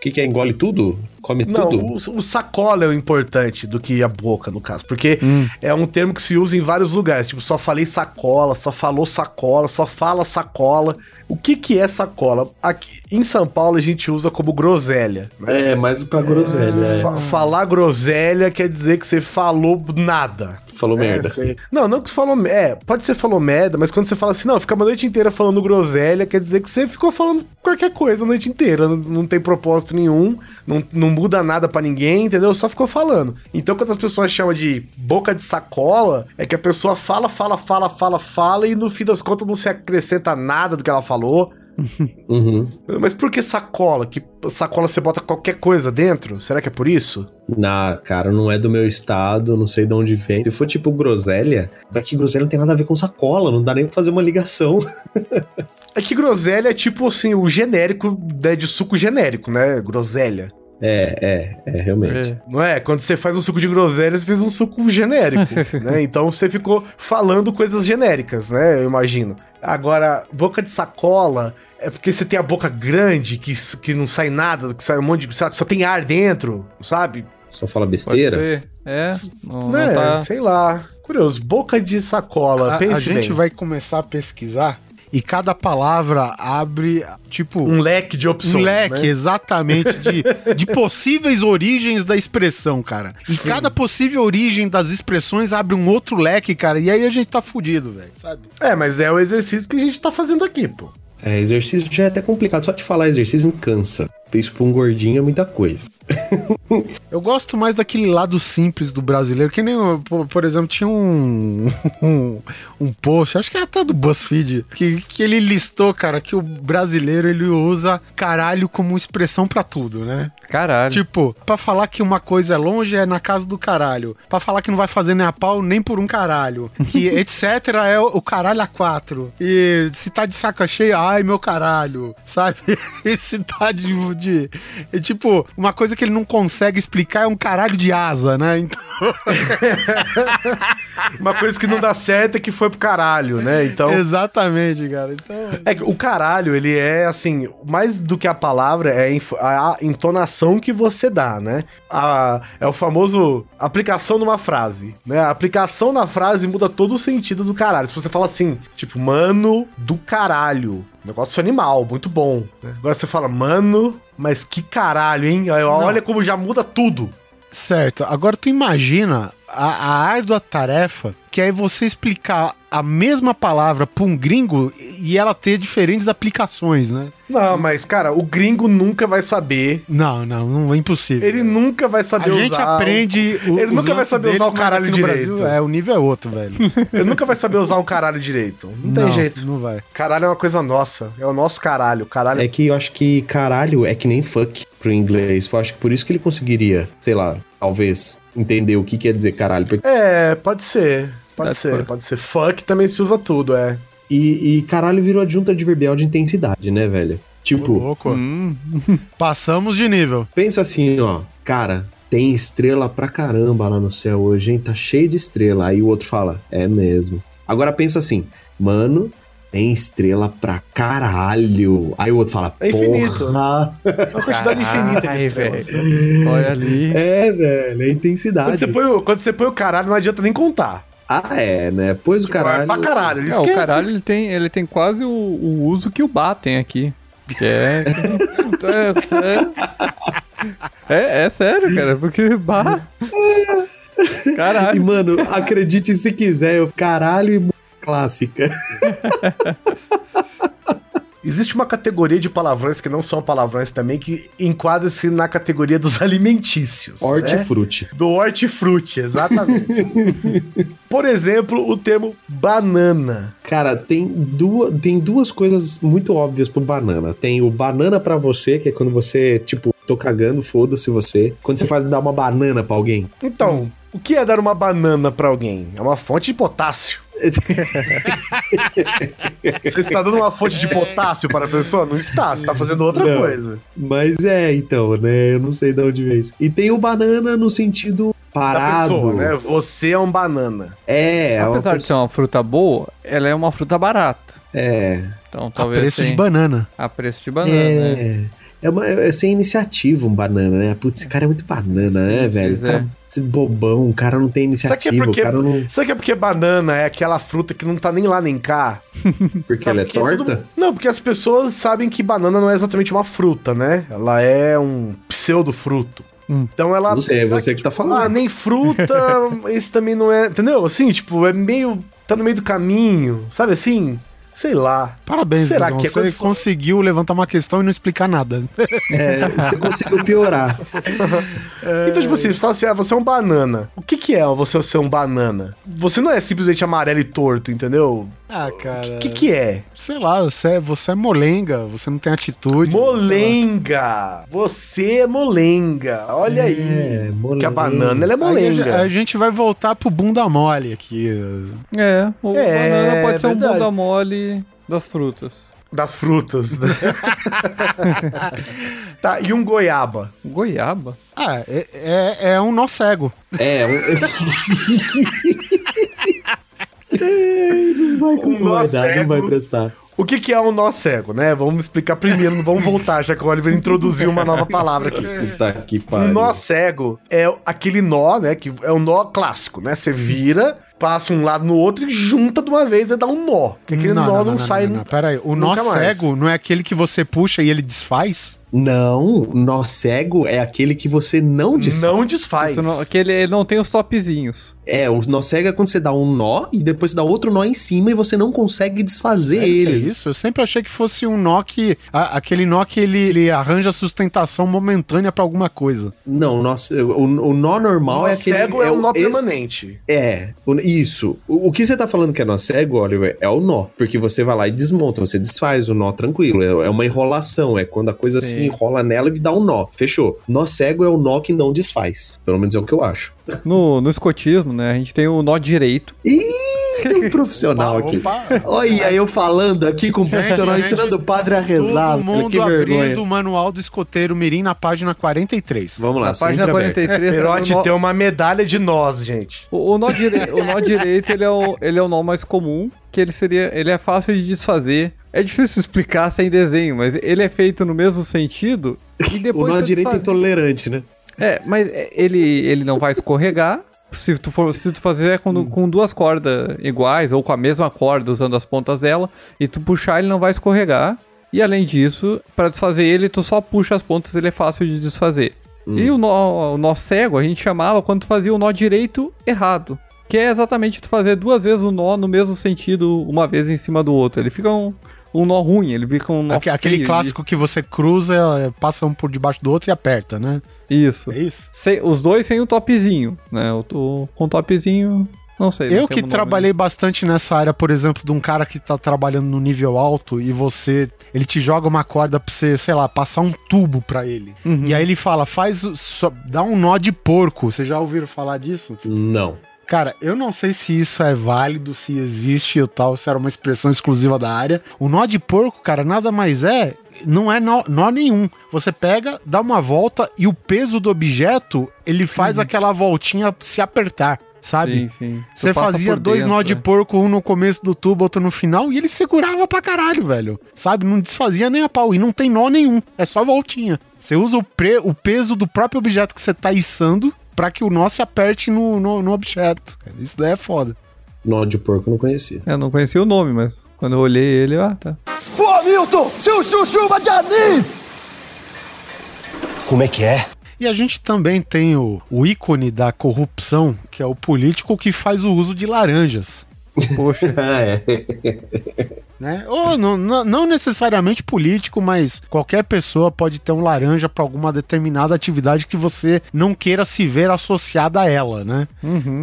Speaker 4: que, que é? Engole tudo? Come
Speaker 3: É
Speaker 2: Não,
Speaker 4: tudo?
Speaker 2: o, o sacola é o importante do que a boca, no caso. Porque
Speaker 3: Hum.
Speaker 2: é um termo que se usa em vários lugares. Tipo, só falei sacola, só falou sacola, só fala sacola. O que que é sacola? Aqui, em São Paulo a gente usa como groselha.
Speaker 4: É, mais pra
Speaker 3: É.
Speaker 4: groselha. é.
Speaker 2: Fa- falar groselha quer dizer que você falou nada.
Speaker 4: é. Falou merda.
Speaker 2: É, sei. não, não que você falou. É, pode ser falou merda, mas quando você fala assim, não, fica uma noite inteira falando groselha, quer dizer que você ficou falando qualquer coisa a noite inteira. Não, não tem propósito nenhum, não, não muda nada pra ninguém, entendeu? Só ficou falando. Então, quando as pessoas chamam de boca de sacola, é que a pessoa fala, fala, fala, fala, fala, e no fim das contas não se acrescenta nada do que ela falou.
Speaker 4: Uhum.
Speaker 2: Mas por que sacola? Que sacola você bota qualquer coisa dentro? Será que é por isso?
Speaker 4: Na, cara, não é do meu estado, não sei de onde vem. Se for tipo groselha, mas que groselha não tem nada a ver com sacola, não dá nem pra fazer uma ligação.
Speaker 2: É que groselha é tipo assim, o genérico né, de suco genérico, né? Groselha.
Speaker 4: É, é, é, realmente.
Speaker 2: Não é? Quando você faz um suco de groselha, você fez um suco genérico, né? Então você ficou falando coisas genéricas, né? Eu imagino. Agora, boca de sacola é porque você tem a boca grande, que, s- que não sai nada, que sai um monte de. sabe, Só tem ar dentro, sabe?
Speaker 4: Só fala
Speaker 3: Pode
Speaker 4: besteira.
Speaker 3: ser. É, não,
Speaker 2: né?
Speaker 3: não tá...
Speaker 2: Sei lá. Curioso, boca de sacola.
Speaker 5: A,
Speaker 2: pense
Speaker 5: a gente
Speaker 2: bem.
Speaker 5: vai começar a pesquisar e cada palavra abre, tipo, um,
Speaker 2: Um leque de opções.
Speaker 5: leque
Speaker 2: né?
Speaker 5: exatamente de, de possíveis origens da expressão, cara. E cada possível origem das expressões abre um outro leque, cara. E aí a gente tá fudido, velho, sabe?
Speaker 2: É, mas é o exercício que a gente tá fazendo aqui, pô.
Speaker 4: É, exercício já é até complicado. Só te falar exercício me cansa. Isso pra um gordinho é muita coisa.
Speaker 5: Eu gosto mais daquele lado simples do brasileiro, que nem, eu, por, por exemplo, tinha um, um, um post, acho que era até do BuzzFeed, que, que ele listou, cara, que o brasileiro ele usa caralho como expressão pra tudo, né?
Speaker 3: Caralho.
Speaker 5: Tipo, pra falar que uma coisa é longe é na casa do caralho. Pra falar que não vai fazer nem a pau nem por um caralho. Que etc é o o caralho a quatro. E se tá de saca cheia, ai meu caralho. Sabe? E se tá de. de- é tipo, uma coisa que ele não consegue explicar é um caralho de asa, né? Então,
Speaker 2: Uma coisa que não dá certo é que foi pro caralho, né? Então.
Speaker 5: exatamente, cara. Então.
Speaker 2: É que o caralho, ele é assim, mais do que a palavra, é a inf- a entonação que você dá, né? A- é o famoso aplicação numa frase, né? A aplicação na frase muda todo o sentido do caralho. Se você fala assim, tipo, mano do caralho, um negócio animal, muito bom. né? Agora você fala, mano, mas que caralho, hein? Aí, Olha como já muda tudo.
Speaker 5: Certo. Agora tu imagina a, a árdua tarefa que é você explicar a mesma palavra pra um gringo e ela ter diferentes aplicações, né?
Speaker 2: Não, mas cara, o gringo nunca vai saber.
Speaker 5: Não, não, não é impossível.
Speaker 2: Ele nunca vai saber
Speaker 5: a gente
Speaker 2: usar o-
Speaker 5: aprende o,
Speaker 2: Ele
Speaker 5: os
Speaker 2: nunca vai
Speaker 5: lances
Speaker 2: saber usar o
Speaker 5: deles, mas
Speaker 2: caralho
Speaker 5: aqui no
Speaker 2: direito.
Speaker 5: Brasil, é, o nível é outro, velho.
Speaker 2: Ele nunca vai saber usar um caralho direito. Não, tem jeito.
Speaker 5: Não vai.
Speaker 2: Caralho é uma coisa nossa. É o nosso caralho. Caralho.
Speaker 4: É que eu acho que caralho é que nem fuck pro inglês. Eu acho que por isso que ele conseguiria, sei lá, talvez, entender o que quer dizer caralho. Porque-
Speaker 2: É, pode ser. Pode
Speaker 3: That's
Speaker 2: ser,
Speaker 3: fuck.
Speaker 2: pode ser. Fuck também se usa tudo, é.
Speaker 4: E, e caralho virou adjunta adverbial de intensidade, né,
Speaker 5: Ô,
Speaker 4: velho?
Speaker 2: Uhum.
Speaker 4: Tipo,
Speaker 5: louco.
Speaker 2: Hum.
Speaker 5: Passamos de nível.
Speaker 4: pensa assim, ó. Cara, tem estrela pra caramba lá no céu hoje, hein? Tá cheio de estrela. Aí o outro fala, é mesmo. Agora pensa assim, mano, tem estrela pra caralho. Aí o outro fala,
Speaker 2: É infinito.
Speaker 4: porra.
Speaker 2: É uma quantidade infinita de
Speaker 3: Ai,
Speaker 2: estrelas.
Speaker 3: velho. Tá Olha ali.
Speaker 4: É, velho, é
Speaker 2: Quando
Speaker 4: intensidade.
Speaker 2: você, põe o, quando você põe o caralho, não adianta nem contar.
Speaker 4: Ah, é, né? Pois o
Speaker 2: Tipo, É
Speaker 4: caralho.
Speaker 2: pra caralho. Ele
Speaker 3: É, o
Speaker 2: esquece.
Speaker 3: caralho ele tem, ele tem quase o, o uso que o Bá tem aqui. Que é. é, sério. É, é sério, cara, porque Bá.
Speaker 4: E,
Speaker 3: Caralho.
Speaker 4: mano, acredite se quiser, eu caralho e mu- clássica.
Speaker 2: Existe uma categoria de palavrões que não são palavrões também, que enquadra-se na categoria dos alimentícios. né?
Speaker 4: Hortifruti.
Speaker 2: Do hortifruti, exatamente. Por exemplo, o termo banana.
Speaker 4: Cara, tem, duas, tem duas coisas muito óbvias pro banana. Tem o banana pra você, que é quando você, tipo, tô cagando, foda-se você. Quando você faz dar uma banana pra alguém.
Speaker 2: Então, o que é dar uma banana pra alguém? É uma fonte de potássio. você está dando uma fonte de potássio para a pessoa? Não está, você está fazendo outra
Speaker 4: Não.
Speaker 2: coisa.
Speaker 4: Mas é, então, né? Eu não sei de onde veio isso. E tem o banana no sentido
Speaker 2: Da
Speaker 4: parado.
Speaker 2: pessoa, né? Você é um banana.
Speaker 4: É, é uma
Speaker 3: Apesar de ser
Speaker 4: pessoa-
Speaker 3: uma fruta boa, ela é uma fruta barata.
Speaker 4: É.
Speaker 3: Então
Speaker 5: A
Speaker 3: talvez
Speaker 5: preço de
Speaker 3: tenha-
Speaker 5: banana.
Speaker 3: a preço de banana,
Speaker 4: é.
Speaker 3: né?
Speaker 4: É, uma- é sem iniciativa um banana, né? Putz, esse cara é muito banana, né, velho?
Speaker 3: pois é.
Speaker 4: O Cara, esse bobão, o cara não tem
Speaker 2: Será que é
Speaker 4: iniciativa,
Speaker 2: porque-
Speaker 4: o cara não.
Speaker 2: Sabe que é porque banana é aquela fruta que não tá nem lá nem cá?
Speaker 4: Porque
Speaker 2: Sabe
Speaker 4: ela é
Speaker 2: porque todo
Speaker 4: torta?
Speaker 2: mundo- Não, porque as pessoas sabem que banana não é exatamente uma fruta, né? Ela é um pseudo-fruto.
Speaker 3: Hum.
Speaker 2: Então ela.
Speaker 4: Não sei, é você que tá
Speaker 2: Ah,
Speaker 4: falando.
Speaker 2: nem fruta, esse também não é. Entendeu? Assim, tipo, é meio. Tá no meio do caminho, sabe assim? Sei lá.
Speaker 5: Parabéns,
Speaker 2: Será
Speaker 5: Guizão.
Speaker 2: que é
Speaker 5: Você
Speaker 2: coisa que-
Speaker 5: conseguiu levantar uma questão e não explicar nada.
Speaker 4: É, você conseguiu piorar.
Speaker 2: Então, tipo assim, você fala assim, ah, você é um banana. O que que é você ser um banana? Você não é simplesmente amarelo e torto, entendeu?
Speaker 5: Ah, cara.
Speaker 2: O que que é?
Speaker 5: Sei lá, você é, você é molenga, você não tem atitude. sei lá.
Speaker 2: Molenga! Você é molenga. Olha aí.
Speaker 4: molenga.
Speaker 2: Que a banana ela é
Speaker 5: Aí a ge-
Speaker 2: molenga.
Speaker 5: a gente vai voltar pro bunda mole aqui.
Speaker 3: É, o
Speaker 2: É,
Speaker 3: banana pode ser um
Speaker 2: verdade.
Speaker 3: bunda mole das frutas.
Speaker 2: Das frutas. né? tá, e um goiaba.
Speaker 3: Goiaba?
Speaker 5: Ah, é, é, é um nó cego.
Speaker 4: É, um- não vai concordar,
Speaker 2: nosso
Speaker 4: não vai
Speaker 2: ego.
Speaker 4: prestar.
Speaker 2: O que, que é um nó cego, né? Vamos explicar primeiro, não vamos voltar, já que o Oliver introduziu uma nova palavra aqui.
Speaker 4: Puta que
Speaker 2: Um
Speaker 4: pariu.
Speaker 2: nó cego é aquele nó, né? Que é o nó clássico, né? Você vira, passa um lado no outro e junta de uma vez e dá um nó. Porque aquele nó não, sai.
Speaker 5: não, Pera aí, o nó
Speaker 2: nunca mais.
Speaker 5: cego não é aquele que você puxa e ele desfaz?
Speaker 4: Não, um nó cego é aquele que você não diz.
Speaker 2: Não desfaz.
Speaker 3: Tu não- Então, que ele, ele não tem os topzinhos.
Speaker 4: É, o nó cego é quando você dá um nó e depois você dá outro nó em cima e você não consegue desfazer
Speaker 5: É, que é
Speaker 4: ele.
Speaker 5: isso? Eu sempre achei que fosse um nó que. a- aquele nó que ele, ele arranja sustentação momentânea pra alguma coisa.
Speaker 4: Não, o nó, ce- o, o nó normal
Speaker 2: nó
Speaker 4: é aquele.
Speaker 2: cego é, um nó
Speaker 4: esse-
Speaker 2: permanente.
Speaker 4: É, o- isso. O, o que você tá falando que é nó cego, Oliver, é o nó. Porque você vai lá e desmonta, você desfaz o nó tranquilo. É, é uma enrolação, é quando a coisa se
Speaker 3: Sim.
Speaker 4: enrola nela e dá um nó. Fechou. Nó cego é o nó que não desfaz. Pelo menos é o que eu acho.
Speaker 3: No, no escotismo, né? A gente tem o nó direito.
Speaker 4: Ih, tem um profissional aqui. Olha, eu falando aqui com um profissional
Speaker 5: gente,
Speaker 4: ensinando o padre a rezar.
Speaker 5: Todo
Speaker 4: velho,
Speaker 5: mundo abrindo o manual do escoteiro Mirim na página 43.
Speaker 4: Vamos lá,
Speaker 3: Na página
Speaker 4: sempre aberto.
Speaker 3: 43,
Speaker 2: Perote
Speaker 3: o é nó-
Speaker 2: tem uma medalha de nós, gente.
Speaker 3: O, o nó direito, o nó direito ele, é o, ele é o nó mais comum, que ele seria. Ele é fácil de desfazer. É difícil explicar sem desenho, mas ele é feito no mesmo sentido. E
Speaker 4: O
Speaker 3: depois
Speaker 4: nó
Speaker 3: tu
Speaker 4: direito é
Speaker 3: desfaz.
Speaker 4: intolerante, né?
Speaker 3: É, mas é, ele, ele não vai escorregar. Se tu, for, se tu fazer é
Speaker 5: Hum.
Speaker 3: com, com duas cordas iguais, ou com a mesma corda, usando as pontas dela, e tu puxar, ele não vai escorregar. E além disso, pra desfazer ele, tu só puxa as pontas, ele é fácil de desfazer.
Speaker 5: Hum.
Speaker 3: E o nó, o nó cego, a gente chamava quando tu fazia o nó direito errado. Que é exatamente tu fazer duas vezes o nó no mesmo sentido, uma vez em cima do outro. Ele fica um, um nó ruim, ele fica um nó
Speaker 5: Aque- aquele
Speaker 3: feio, ele-
Speaker 5: clássico que você cruza, passa um por debaixo do outro e aperta, né?
Speaker 3: Isso.
Speaker 5: É isso?
Speaker 3: Sem- os dois sem o topzinho, né? Eu tô com o topzinho, não sei. não
Speaker 5: Eu
Speaker 3: tem
Speaker 5: que
Speaker 3: um nome.
Speaker 5: trabalhei bastante nessa área, por exemplo, de um cara que tá trabalhando no nível alto e você. Ele te joga uma corda pra você, sei lá, passar um tubo pra ele.
Speaker 3: Uhum.
Speaker 5: E aí ele fala, faz. o- Só, dá um nó de porco. Vocês já ouviram falar disso?
Speaker 4: Não.
Speaker 5: Cara, eu não sei se isso é válido, se existe ou tal, se era uma expressão exclusiva da área. O nó de porco, cara, nada mais é. Não é nó, nó nenhum. Você pega, dá uma volta e o peso do objeto, ele faz aquela voltinha se apertar, sabe?
Speaker 3: Uhum. Sim, sim. Tu
Speaker 5: Você
Speaker 3: passa
Speaker 5: fazia
Speaker 3: por
Speaker 5: dois
Speaker 3: dentro,
Speaker 5: nó de
Speaker 3: né?
Speaker 5: porco, um no começo do tubo, outro no final, e ele segurava pra caralho, velho. Sabe? Não desfazia nem a pau. E não tem nó nenhum. É só voltinha. Você usa o, pre- o peso do próprio objeto que você tá içando pra que o nó se aperte no, no, no objeto. cara. Isso daí é foda.
Speaker 4: Nó de porco eu não conhecia.
Speaker 3: Eu É, não conhecia o nome, mas quando eu olhei ele, eu, ah, tá.
Speaker 5: E a gente também tem o, o ícone da corrupção, que é o político que faz o uso de laranjas.
Speaker 3: Poxa,
Speaker 4: Ah, é.
Speaker 5: né? Ou não, não- não necessariamente político, mas qualquer pessoa pode ter um laranja para alguma determinada atividade que você não queira se ver associada a ela, né?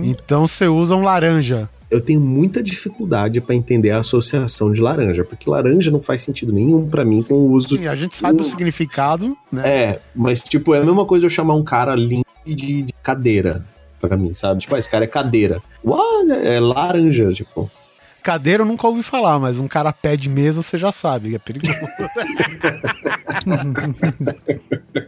Speaker 5: Então você usa um laranja.
Speaker 4: Eu tenho muita dificuldade pra entender a associação de laranja, porque laranja não faz sentido nenhum pra mim com o uso.
Speaker 5: Sim, é. a gente sabe o
Speaker 4: Hum.
Speaker 5: significado, né?
Speaker 4: É, mas tipo, é a mesma coisa eu chamar um cara lindo de, de cadeira pra mim, sabe? Tipo, ah, esse cara é cadeira. Olha, é laranja, tipo.
Speaker 5: Cadeira eu nunca ouvi falar, mas um cara pé de mesa você já sabe, é perigoso.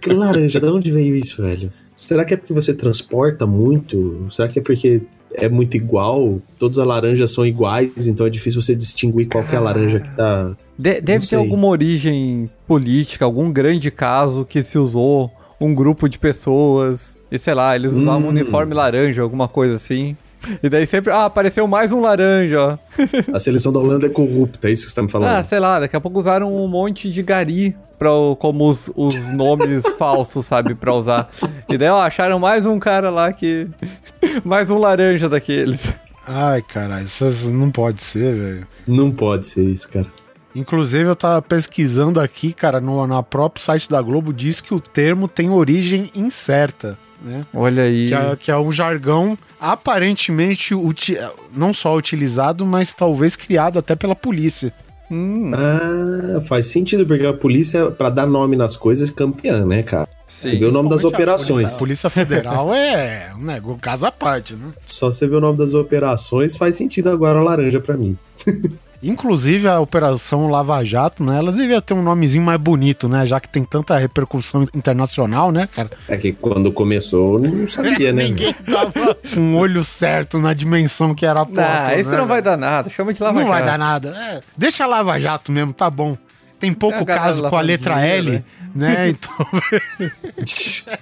Speaker 4: Que laranja, de onde veio isso, velho? Será que é porque você transporta muito? Será que é porque é muito igual? Todas as laranjas são iguais, então é difícil você distinguir qual que é a laranja que tá.
Speaker 3: De-
Speaker 4: Não
Speaker 3: deve ter
Speaker 4: sei.
Speaker 3: alguma origem política, algum grande caso que se usou um grupo de pessoas, e sei lá, eles usavam um
Speaker 4: Hum.
Speaker 3: uniforme laranja, alguma coisa assim. E daí sempre, ah, apareceu mais um laranja, ó.
Speaker 4: A seleção da Holanda é corrupta, é isso que você tá me
Speaker 3: Ah,
Speaker 4: falando.
Speaker 3: sei lá, daqui a pouco usaram um monte de gari pra, o- como os, os nomes falsos, sabe, pra usar. E daí, ó, acharam mais um cara lá que... mais um laranja daqueles.
Speaker 5: Ai, caralho, isso não pode ser, velho.
Speaker 4: Não pode ser isso, cara.
Speaker 5: Inclusive, eu tava pesquisando aqui, cara, no, no próprio site da Globo, diz que o termo tem origem incerta, né?
Speaker 3: Olha aí.
Speaker 5: Que é, que é um jargão aparentemente uti- não só utilizado, mas talvez criado até pela polícia.
Speaker 3: Hum,
Speaker 4: Ah, faz sentido, porque a polícia, pra dar nome nas coisas, é campeã, né, cara? você
Speaker 3: sim.
Speaker 4: vê o nome das
Speaker 5: Principalmente a
Speaker 4: operações.
Speaker 5: Polícia, a polícia Federal é um negócio, caso à parte, né?
Speaker 4: Só você vê o nome das operações, faz sentido agora a laranja pra mim.
Speaker 5: Inclusive, a Operação Lava Jato, né? Ela devia ter um nomezinho mais bonito, né? Já que tem tanta repercussão internacional, né, cara?
Speaker 4: É que quando começou, eu não sabia, né?
Speaker 5: Ninguém tava com um olho certo na dimensão que era a porta.
Speaker 3: Ah, esse
Speaker 5: né,
Speaker 3: não vai dar nada, chama de lava
Speaker 5: Não vai
Speaker 3: jato.
Speaker 5: dar nada. É, deixa a Lava Jato mesmo, tá bom. Tem pouco
Speaker 3: É, a galera
Speaker 5: caso com a
Speaker 3: lavando
Speaker 5: letra
Speaker 3: dinheiro,
Speaker 5: L, né? Então.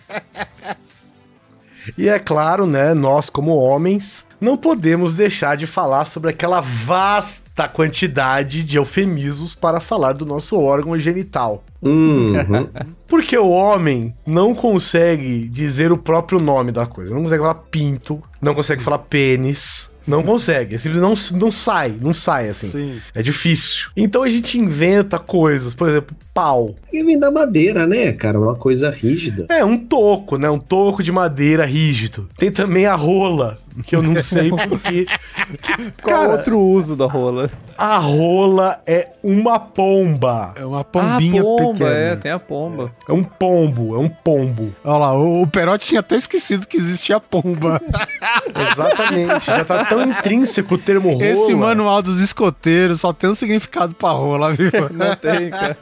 Speaker 2: E é claro, né, nós como homens não podemos deixar de falar sobre aquela vasta quantidade de eufemismos para falar do nosso órgão genital.
Speaker 4: Uhum.
Speaker 2: Porque o homem não consegue dizer o próprio nome da coisa. Não consegue falar pinto, não consegue falar pênis. Não consegue. Esse não, não sai, não sai assim.
Speaker 5: Sim.
Speaker 2: É difícil. Então a gente inventa coisas, por exemplo, pau.
Speaker 4: E vem da madeira, né, cara? Uma coisa rígida.
Speaker 2: É, um toco, né? Um toco de madeira rígido. Tem também a rola, que eu não sei porquê.
Speaker 3: Qual
Speaker 2: Cara,
Speaker 3: outro uso da rola?
Speaker 2: A rola é uma pomba.
Speaker 5: É uma pombinha
Speaker 3: ah, pomba,
Speaker 5: pequena.
Speaker 3: é, tem a pomba.
Speaker 2: É um pombo, é um pombo.
Speaker 5: Olha lá, o, o Perotti tinha até esquecido que existia pomba.
Speaker 2: Exatamente. Já tá tão intrínseco o termo rola.
Speaker 5: Esse manual dos escoteiros só tem um significado pra rola, viu?
Speaker 3: Não tem, cara.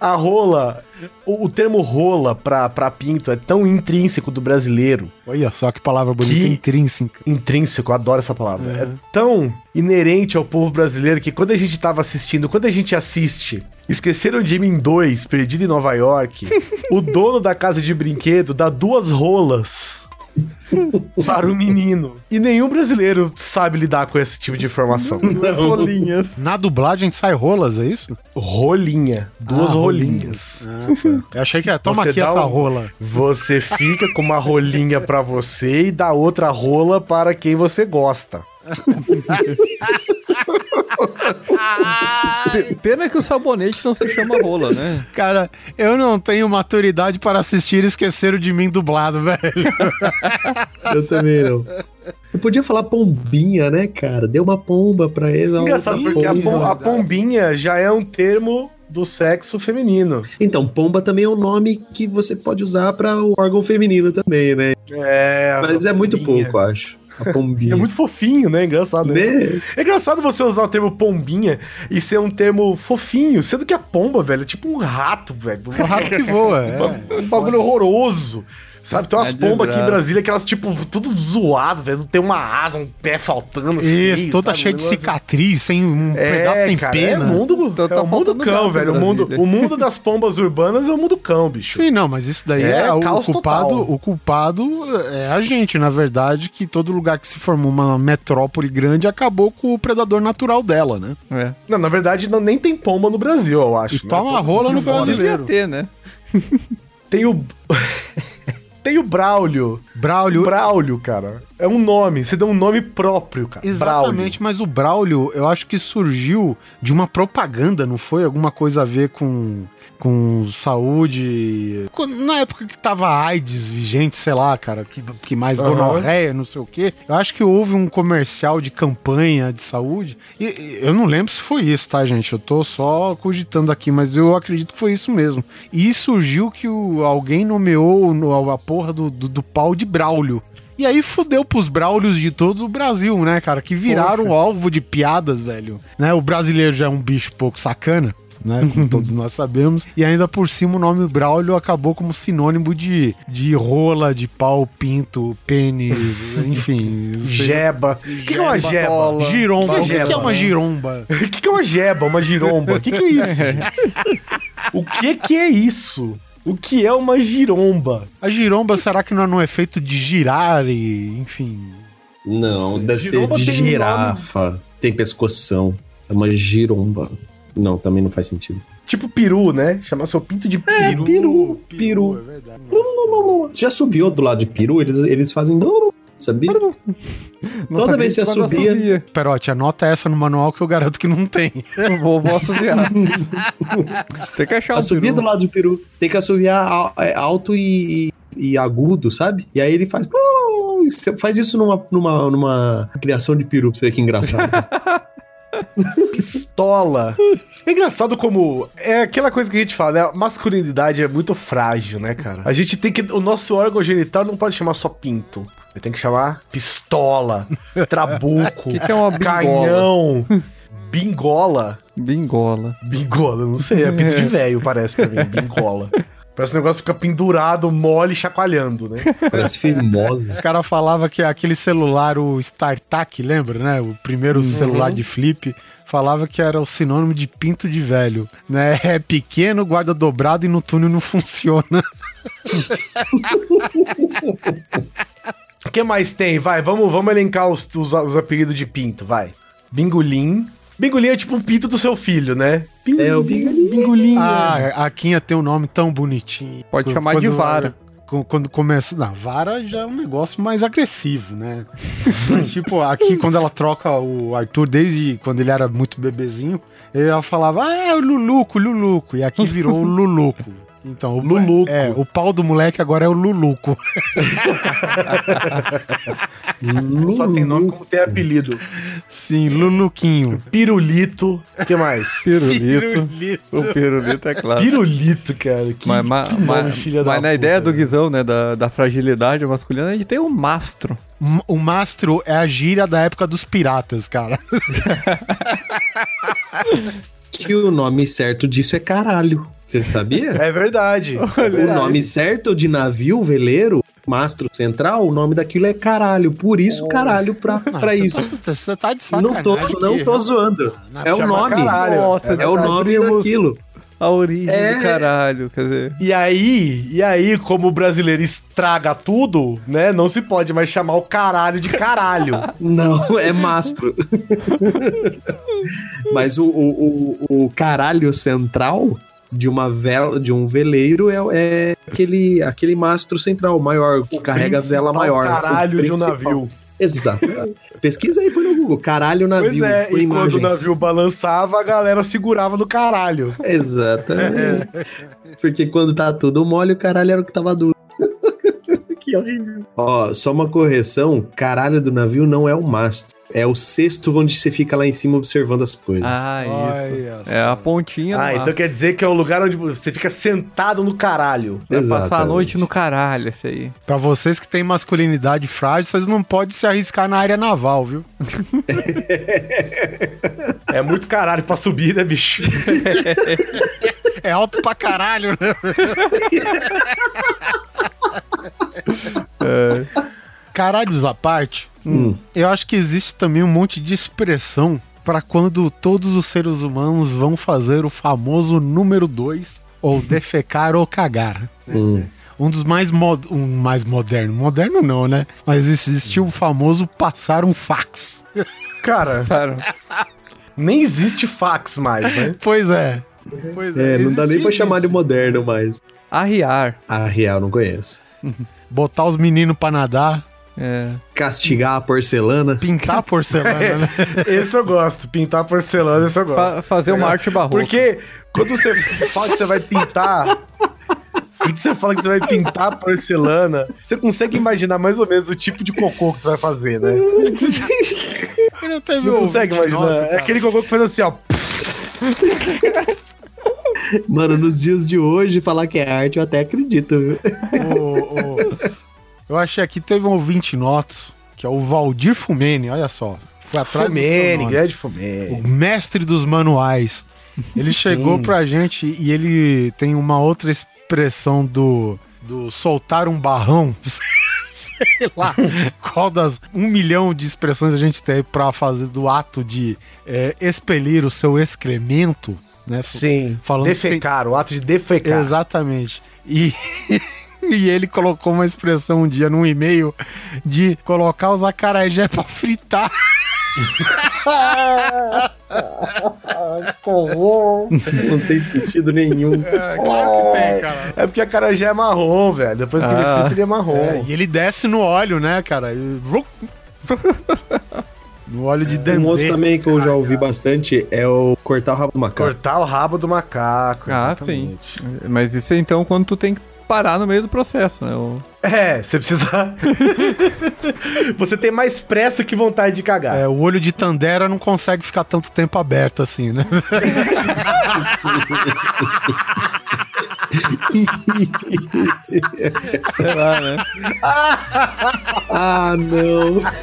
Speaker 2: A rola, o, o termo rola pra, pra pinto é tão intrínseco do brasileiro.
Speaker 5: Olha só que palavra bonita,
Speaker 2: Que-
Speaker 5: intrínseca.
Speaker 2: Intrínseco, eu adoro essa palavra. É tão inerente ao povo brasileiro que quando a gente tava assistindo, quando a gente assiste Esqueceram de Mim 2, Perdido em Nova York, o dono da casa de brinquedo dá duas rolas para o menino. E nenhum brasileiro sabe lidar com esse tipo de informação.
Speaker 3: Duas rolinhas.
Speaker 5: Na dublagem sai rolas, é isso?
Speaker 2: Rolinha. Duas
Speaker 5: Ah,
Speaker 2: rolinhas.
Speaker 5: Eu achei que era, toma
Speaker 2: tá. Você
Speaker 5: aqui
Speaker 2: dá
Speaker 5: essa
Speaker 2: um-
Speaker 5: rola.
Speaker 2: Você fica com uma rolinha pra você e dá outra rola para quem você gosta.
Speaker 3: P- Pena que o sabonete não se chama rola, né?
Speaker 5: Cara, eu não tenho maturidade para assistir Esqueceram de Mim dublado, velho.
Speaker 4: Eu também não. Eu podia falar pombinha, né, cara? Deu uma pomba pra ele. uma
Speaker 2: Engraçado,
Speaker 4: outra
Speaker 2: porque a,
Speaker 4: pomba.
Speaker 2: pom- a pombinha já é um termo do sexo feminino.
Speaker 4: Então, pomba também é um nome que você pode usar pra o órgão feminino também, né?
Speaker 2: É.
Speaker 4: Mas é muito pouco, acho. A pombinha.
Speaker 2: É muito fofinho, né? Engraçado. Né?
Speaker 4: Né?
Speaker 2: É engraçado você usar o termo pombinha e ser um termo fofinho, sendo que a pomba, velho, é tipo um rato, velho. Um,
Speaker 5: O rato que voa. É.
Speaker 2: ba- um bagulho horroroso. Sabe, tem umas
Speaker 3: É de
Speaker 2: pombas aqui em
Speaker 3: bravo.
Speaker 2: Brasília que elas, tipo, tudo zoado, velho. Não tem uma asa, um pé faltando.
Speaker 5: Isso,
Speaker 2: feio,
Speaker 5: toda
Speaker 2: sabe?
Speaker 5: cheia
Speaker 2: Um
Speaker 5: de
Speaker 2: negócio-
Speaker 5: cicatriz, sem um
Speaker 2: É,
Speaker 5: pedaço sem
Speaker 2: cara,
Speaker 5: pena.
Speaker 2: É o mundo,
Speaker 3: Então tá
Speaker 2: é o mundo
Speaker 3: faltando
Speaker 2: cão,
Speaker 3: gato em
Speaker 2: velho. O mundo,
Speaker 3: Brasília.
Speaker 2: o mundo das pombas urbanas é o mundo cão, bicho.
Speaker 5: Sim, não, mas isso daí
Speaker 2: É,
Speaker 5: é, o
Speaker 2: caos
Speaker 5: culpado.
Speaker 2: total.
Speaker 5: O culpado é a gente, na verdade, que todo lugar que se formou uma metrópole grande acabou com o predador natural dela, né?
Speaker 3: É.
Speaker 2: Não, na verdade, não, nem tem pomba no Brasil, eu acho.
Speaker 5: E
Speaker 2: né?
Speaker 5: toma
Speaker 2: Todos
Speaker 5: rola no
Speaker 2: embora.
Speaker 3: né?
Speaker 5: Brasil.
Speaker 3: Devia
Speaker 5: Brasileiro.
Speaker 3: ter, né?
Speaker 2: Tem o. tem o Braulio.
Speaker 5: Braulio.
Speaker 2: Braulio, cara. É um nome. Você deu um nome próprio, cara.
Speaker 5: Exatamente, mas o Braulio, eu acho que surgiu de uma propaganda, não foi? Alguma coisa a ver com, com saúde. Quando- Na época que tava a AIDS vigente, sei lá, cara, que, que mais
Speaker 2: Aham.
Speaker 5: gonorreia, não sei o quê. Eu acho que houve um comercial de campanha de saúde. E, e eu não lembro se foi isso, tá, gente? Eu tô só cogitando aqui, mas eu acredito que foi isso mesmo. E surgiu que o, alguém nomeou no- a porra do, do, do pau de Braulio. E aí fudeu pros Braulios de todo o Brasil, né, cara? Que viraram alvo de piadas, velho. Né? O brasileiro já é um bicho pouco sacana. Né, como todos nós sabemos. E ainda por cima o nome Braulio acabou como sinônimo de, de rola, de pau, pinto, pênis, enfim. ou seja,
Speaker 2: Jeba. O que, que é uma jeba?
Speaker 3: Jebatola.
Speaker 5: Giromba.
Speaker 2: Pau
Speaker 5: O que, que é
Speaker 2: gelado,
Speaker 5: uma
Speaker 2: né?
Speaker 5: giromba?
Speaker 2: O que, que é uma jeba? Uma giromba? O que, que é isso? gente? o que, que é isso? O que é uma giromba?
Speaker 5: A giromba, será que não é no efeito de girar e, enfim.
Speaker 4: Não, deve
Speaker 2: Giromba
Speaker 4: ser de
Speaker 2: tem um
Speaker 4: girafa. Tem pescoção. É uma giromba. Não, também não faz sentido.
Speaker 2: Tipo peru, né? Chamar seu pinto de É peru.
Speaker 4: Peru, peru.
Speaker 5: É verdade.
Speaker 4: Você já subiu do lado de peru? Eles, eles fazem. Sabia?
Speaker 2: é um
Speaker 3: Não
Speaker 4: Toda
Speaker 3: sabia
Speaker 4: vez que
Speaker 3: quando
Speaker 4: eu subia-
Speaker 5: Perote, anota essa no manual que eu garanto que não tem.
Speaker 3: Eu vou, vou assoviar. Tem que achar um
Speaker 4: Assobia
Speaker 3: peru.
Speaker 4: do lado de peru. Você tem que assoviar al- é, alto e, e- e agudo, sabe? E aí ele faz. Você Faz isso numa, numa, numa criação de peru pra você ver que engraçado.
Speaker 2: Pistola. É engraçado como. É aquela coisa que a gente fala, né? A masculinidade é muito frágil, né, cara? A gente tem que. O nosso órgão genital não pode chamar só pinto. Ele tem que chamar pistola, trabuco,
Speaker 3: O que, que é uma bingola?
Speaker 2: canhão, bingola.
Speaker 3: Bingola.
Speaker 2: Bingola, eu não sei. É pinto de velho, parece pra mim. Bingola. Parece um negócio que fica pendurado, mole, chacoalhando, né?
Speaker 4: Parece fimose.
Speaker 5: Os caras falavam que aquele celular, o StarTAC, lembra, né? O primeiro celular de flip, falava que era o sinônimo de pinto de velho, né? É pequeno, guarda dobrado e no túnel não funciona.
Speaker 2: O que mais tem? Vai, vamos, vamos elencar os, os, os apelidos de pinto, vai. Bingolim. Bingolim é tipo um pinto do seu filho, né?
Speaker 4: É, o
Speaker 2: bingolim. Bingolim.
Speaker 5: Ah, a Quinha tem um nome tão bonitinho.
Speaker 3: Pode chamar de vara.
Speaker 5: Quando, quando começa. Não, vara já é um negócio mais agressivo, né? Mas, tipo, aqui quando ela troca o Arthur, desde quando ele era muito bebezinho, ela falava, ah, é o Luluco, Luluco. E aqui virou o Luluco. Então, o
Speaker 2: Luluco.
Speaker 5: É, o pau do moleque agora é o Luluco.
Speaker 2: Só tem nome como tem apelido.
Speaker 5: Sim, Luluquinho.
Speaker 2: Pirulito. O que mais?
Speaker 3: Pirulito. O pirulito é claro.
Speaker 2: Pirulito, cara. Que,
Speaker 3: Mas, mas,
Speaker 2: que nome,
Speaker 3: mas-
Speaker 2: filha
Speaker 3: mas
Speaker 2: da
Speaker 3: na
Speaker 2: puta,
Speaker 3: ideia do
Speaker 2: velho.
Speaker 3: Guizão, né, da, da fragilidade masculina, a gente tem o mastro.
Speaker 5: M- O mastro é a gíria da época dos piratas, cara.
Speaker 4: Que o nome certo disso é caralho. Você sabia?
Speaker 2: É verdade.
Speaker 4: o nome certo de navio, veleiro, mastro central, o nome daquilo é caralho. Por isso, caralho, pra, pra
Speaker 2: é
Speaker 4: isso.
Speaker 5: Você tá, você tá de
Speaker 4: Não
Speaker 5: sacanagem.
Speaker 4: tô, não
Speaker 5: aqui.
Speaker 4: tô zoando.
Speaker 5: Não,
Speaker 4: É o
Speaker 2: chama
Speaker 4: nome.
Speaker 2: caralho.
Speaker 3: Nossa,
Speaker 4: É o nome
Speaker 3: descobrimos
Speaker 4: daquilo.
Speaker 3: A origem
Speaker 4: É.
Speaker 3: do caralho, quer dizer.
Speaker 2: E aí, e aí, como o brasileiro estraga tudo, né? Não se pode mais chamar o caralho de caralho.
Speaker 4: Não, é mastro. Mas o, o, o, o caralho central de uma vela, de um veleiro é, é aquele, aquele mastro central maior que carrega a vela
Speaker 2: Principal
Speaker 4: maior. o
Speaker 2: caralho de um
Speaker 4: principal.
Speaker 2: navio.
Speaker 4: Exato. Pesquisa aí, põe no Google. Caralho navio.
Speaker 2: Pois é,
Speaker 4: põe
Speaker 2: e quando o
Speaker 4: imagens.
Speaker 2: navio balançava, a galera segurava no caralho.
Speaker 4: Exatamente. Porque quando tá tudo mole, o caralho era o que tava duro. que horrível. Ó, só uma correção: caralho do navio não é o mastro. É o cesto onde você fica lá em cima observando as coisas.
Speaker 3: Ah, isso.
Speaker 5: Olha
Speaker 3: É
Speaker 5: só.
Speaker 3: a pontinha
Speaker 4: Ah,
Speaker 3: do
Speaker 4: então
Speaker 3: mastro.
Speaker 2: quer dizer que é o lugar onde você fica sentado no caralho.
Speaker 3: Vai passar a
Speaker 4: Exatamente.
Speaker 3: noite no caralho, esse aí.
Speaker 5: Pra vocês que têm masculinidade frágil, vocês não podem se arriscar na área naval, viu?
Speaker 2: É muito caralho pra subir, né, bicho?
Speaker 5: É alto pra caralho, né? Caralhos à parte,
Speaker 4: É. Hum.
Speaker 5: eu acho que existe também um monte de expressão pra quando todos os seres humanos vão fazer o famoso número 2, ou defecar ou cagar. né?
Speaker 4: Hum.
Speaker 5: Um dos mais, mo um mais moderno, moderno não, né? Mas existe o famoso passar um fax.
Speaker 2: Cara,
Speaker 3: Cara,
Speaker 2: nem existe fax mais, né?
Speaker 5: Pois é. Pois
Speaker 4: É, não dá nem pra
Speaker 5: existe
Speaker 4: chamar de
Speaker 5: isso.
Speaker 4: moderno, mas.
Speaker 3: arriar.
Speaker 4: Ah, real, não conheço.
Speaker 5: Botar os meninos pra nadar,
Speaker 3: É.
Speaker 4: Castigar a porcelana.
Speaker 5: pintar a porcelana, né?
Speaker 2: Esse eu gosto. Pintar porcelana, esse eu gosto.
Speaker 3: Fa- fazer uma arte barroca.
Speaker 2: Porque quando você fala que você vai pintar. Quando você fala que você vai pintar porcelana, você consegue imaginar mais ou menos o tipo de cocô que você vai fazer, né?
Speaker 5: Ele não teve
Speaker 2: Você
Speaker 5: ouvinte
Speaker 2: consegue imaginar.
Speaker 5: nosso,
Speaker 2: é
Speaker 5: cara.
Speaker 2: aquele cocô que faz assim, ó.
Speaker 4: Mano, nos dias de hoje, falar que é arte, eu até acredito, viu?
Speaker 5: O- o- Eu achei aqui, teve um ouvinte nosso, que é o Valdir Fumene, olha só. Foi atrás do seu
Speaker 2: Fumene,
Speaker 5: nome.
Speaker 2: grande fumene.
Speaker 5: o mestre dos manuais. Ele chegou pra gente e ele tem uma outra expressão do, do soltar um barrão. Sei lá qual das um milhão de expressões a gente tem pra fazer do ato de é, expelir o seu excremento, né?
Speaker 2: Sim,
Speaker 5: Falando
Speaker 2: defecar, o ato de defecar.
Speaker 5: Exatamente. E, e ele colocou uma expressão um dia num e-mail de colocar os acarajé pra fritar.
Speaker 4: Não tem sentido nenhum.
Speaker 5: claro que tem, cara.
Speaker 2: É porque a cara já é marrom, velho. Depois que ele
Speaker 3: Ah.
Speaker 2: frita, ele é marrom.
Speaker 5: É, e ele desce no óleo, né, cara? E- No óleo de
Speaker 4: Um outro
Speaker 5: dendê.
Speaker 4: também que eu já ouvi bastante é o cortar o rabo do macaco.
Speaker 2: Cortar o rabo do macaco.
Speaker 3: Ah,
Speaker 2: exatamente.
Speaker 3: Mas isso é então quando tu tem que parar no meio do processo, né? O-
Speaker 2: É, você precisa. você tem mais pressa que vontade de cagar.
Speaker 5: É, o olho de Tandera não consegue ficar tanto tempo aberto assim, né?
Speaker 3: Sei lá, né?
Speaker 4: Ah, não.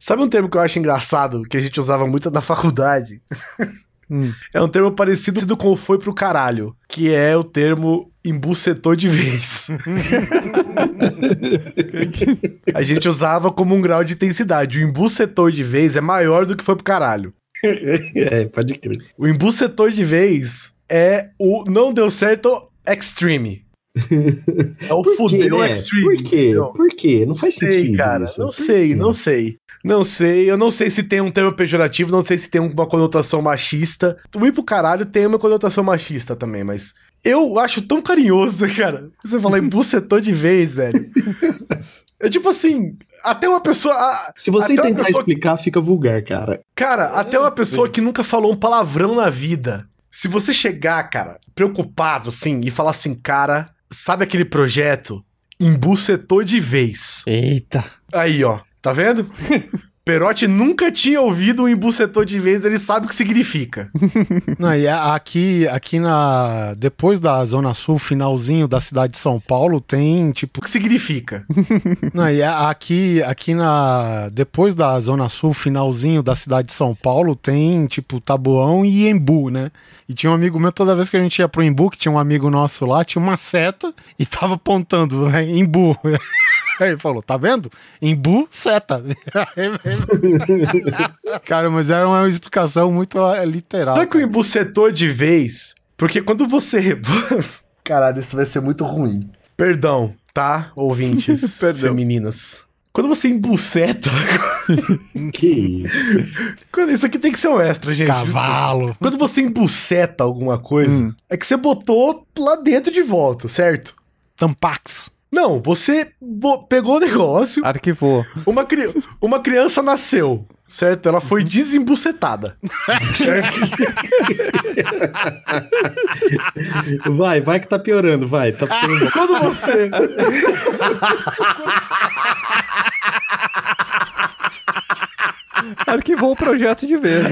Speaker 2: Sabe um termo que eu acho engraçado, que a gente usava muito na faculdade?
Speaker 3: Hum.
Speaker 2: É um termo parecido com o foi pro caralho, que é o termo embucetou de vez. a gente usava como um grau de intensidade. O embucetou de vez é maior do que foi pro caralho.
Speaker 4: É, pode crer.
Speaker 2: O embucetou de vez é o não deu certo extreme. É o
Speaker 4: Por quê,
Speaker 2: fudeu
Speaker 4: né?
Speaker 2: extreme.
Speaker 4: Por quê?
Speaker 2: entendeu?
Speaker 4: Por quê? Não faz
Speaker 2: sei,
Speaker 4: sentido
Speaker 2: cara.
Speaker 4: isso.
Speaker 2: Não
Speaker 4: Por
Speaker 2: sei,
Speaker 4: quê?
Speaker 2: não sei. Não sei, eu não sei se tem um termo pejorativo, não sei se tem uma conotação machista. O ir pro caralho tem uma conotação machista também, mas eu acho tão carinhoso, cara. Você falar embucetou de vez, velho. É tipo assim, até uma pessoa. a-
Speaker 4: Se você
Speaker 2: Até uma
Speaker 4: tentar
Speaker 2: pessoa-
Speaker 4: explicar, fica vulgar, cara.
Speaker 2: Cara, até uma pessoa que nunca falou um palavrão na vida. Se você chegar, cara, preocupado assim e falar assim, cara, sabe aquele projeto? Embucetou de vez.
Speaker 3: Eita.
Speaker 2: Aí, ó, tá vendo? Perotti nunca tinha ouvido um embucetou de vez, ele sabe o que significa.
Speaker 5: Não, e a- aqui, aqui na. Depois da Zona Sul, finalzinho da cidade de São Paulo, tem, tipo.
Speaker 2: O que significa?
Speaker 5: Não, e a- aqui, aqui na. Depois da Zona Sul, finalzinho da cidade de São Paulo, tem, tipo, Tabuão e Embu, né? E tinha um amigo meu, toda vez que a gente ia pro Embu, que tinha um amigo nosso lá, tinha uma seta e tava apontando, né? Embu. Aí ele falou, tá vendo? Embu, seta. Cara, mas era uma explicação muito é, literal.
Speaker 2: Sabe é que o embucetou de vez? Porque quando você. Caralho, isso vai ser muito ruim. Perdão, tá, ouvintes femininas. Quando você embuceta.
Speaker 4: Que isso?
Speaker 2: Quando- Isso aqui tem que ser um extra, gente.
Speaker 5: Cavalo.
Speaker 2: Quando você embuceta alguma coisa,
Speaker 3: Hum.
Speaker 2: é que você botou lá dentro de volta, certo?
Speaker 5: Tampax.
Speaker 2: Não, você bo- pegou o negócio,
Speaker 3: Arquivou.
Speaker 2: uma, cri- uma criança nasceu, certo? Ela foi desembucetada.
Speaker 4: Vai, vai que tá piorando, vai. Tá ficando bom.
Speaker 2: Quando você.
Speaker 3: Arquivou o projeto de vez.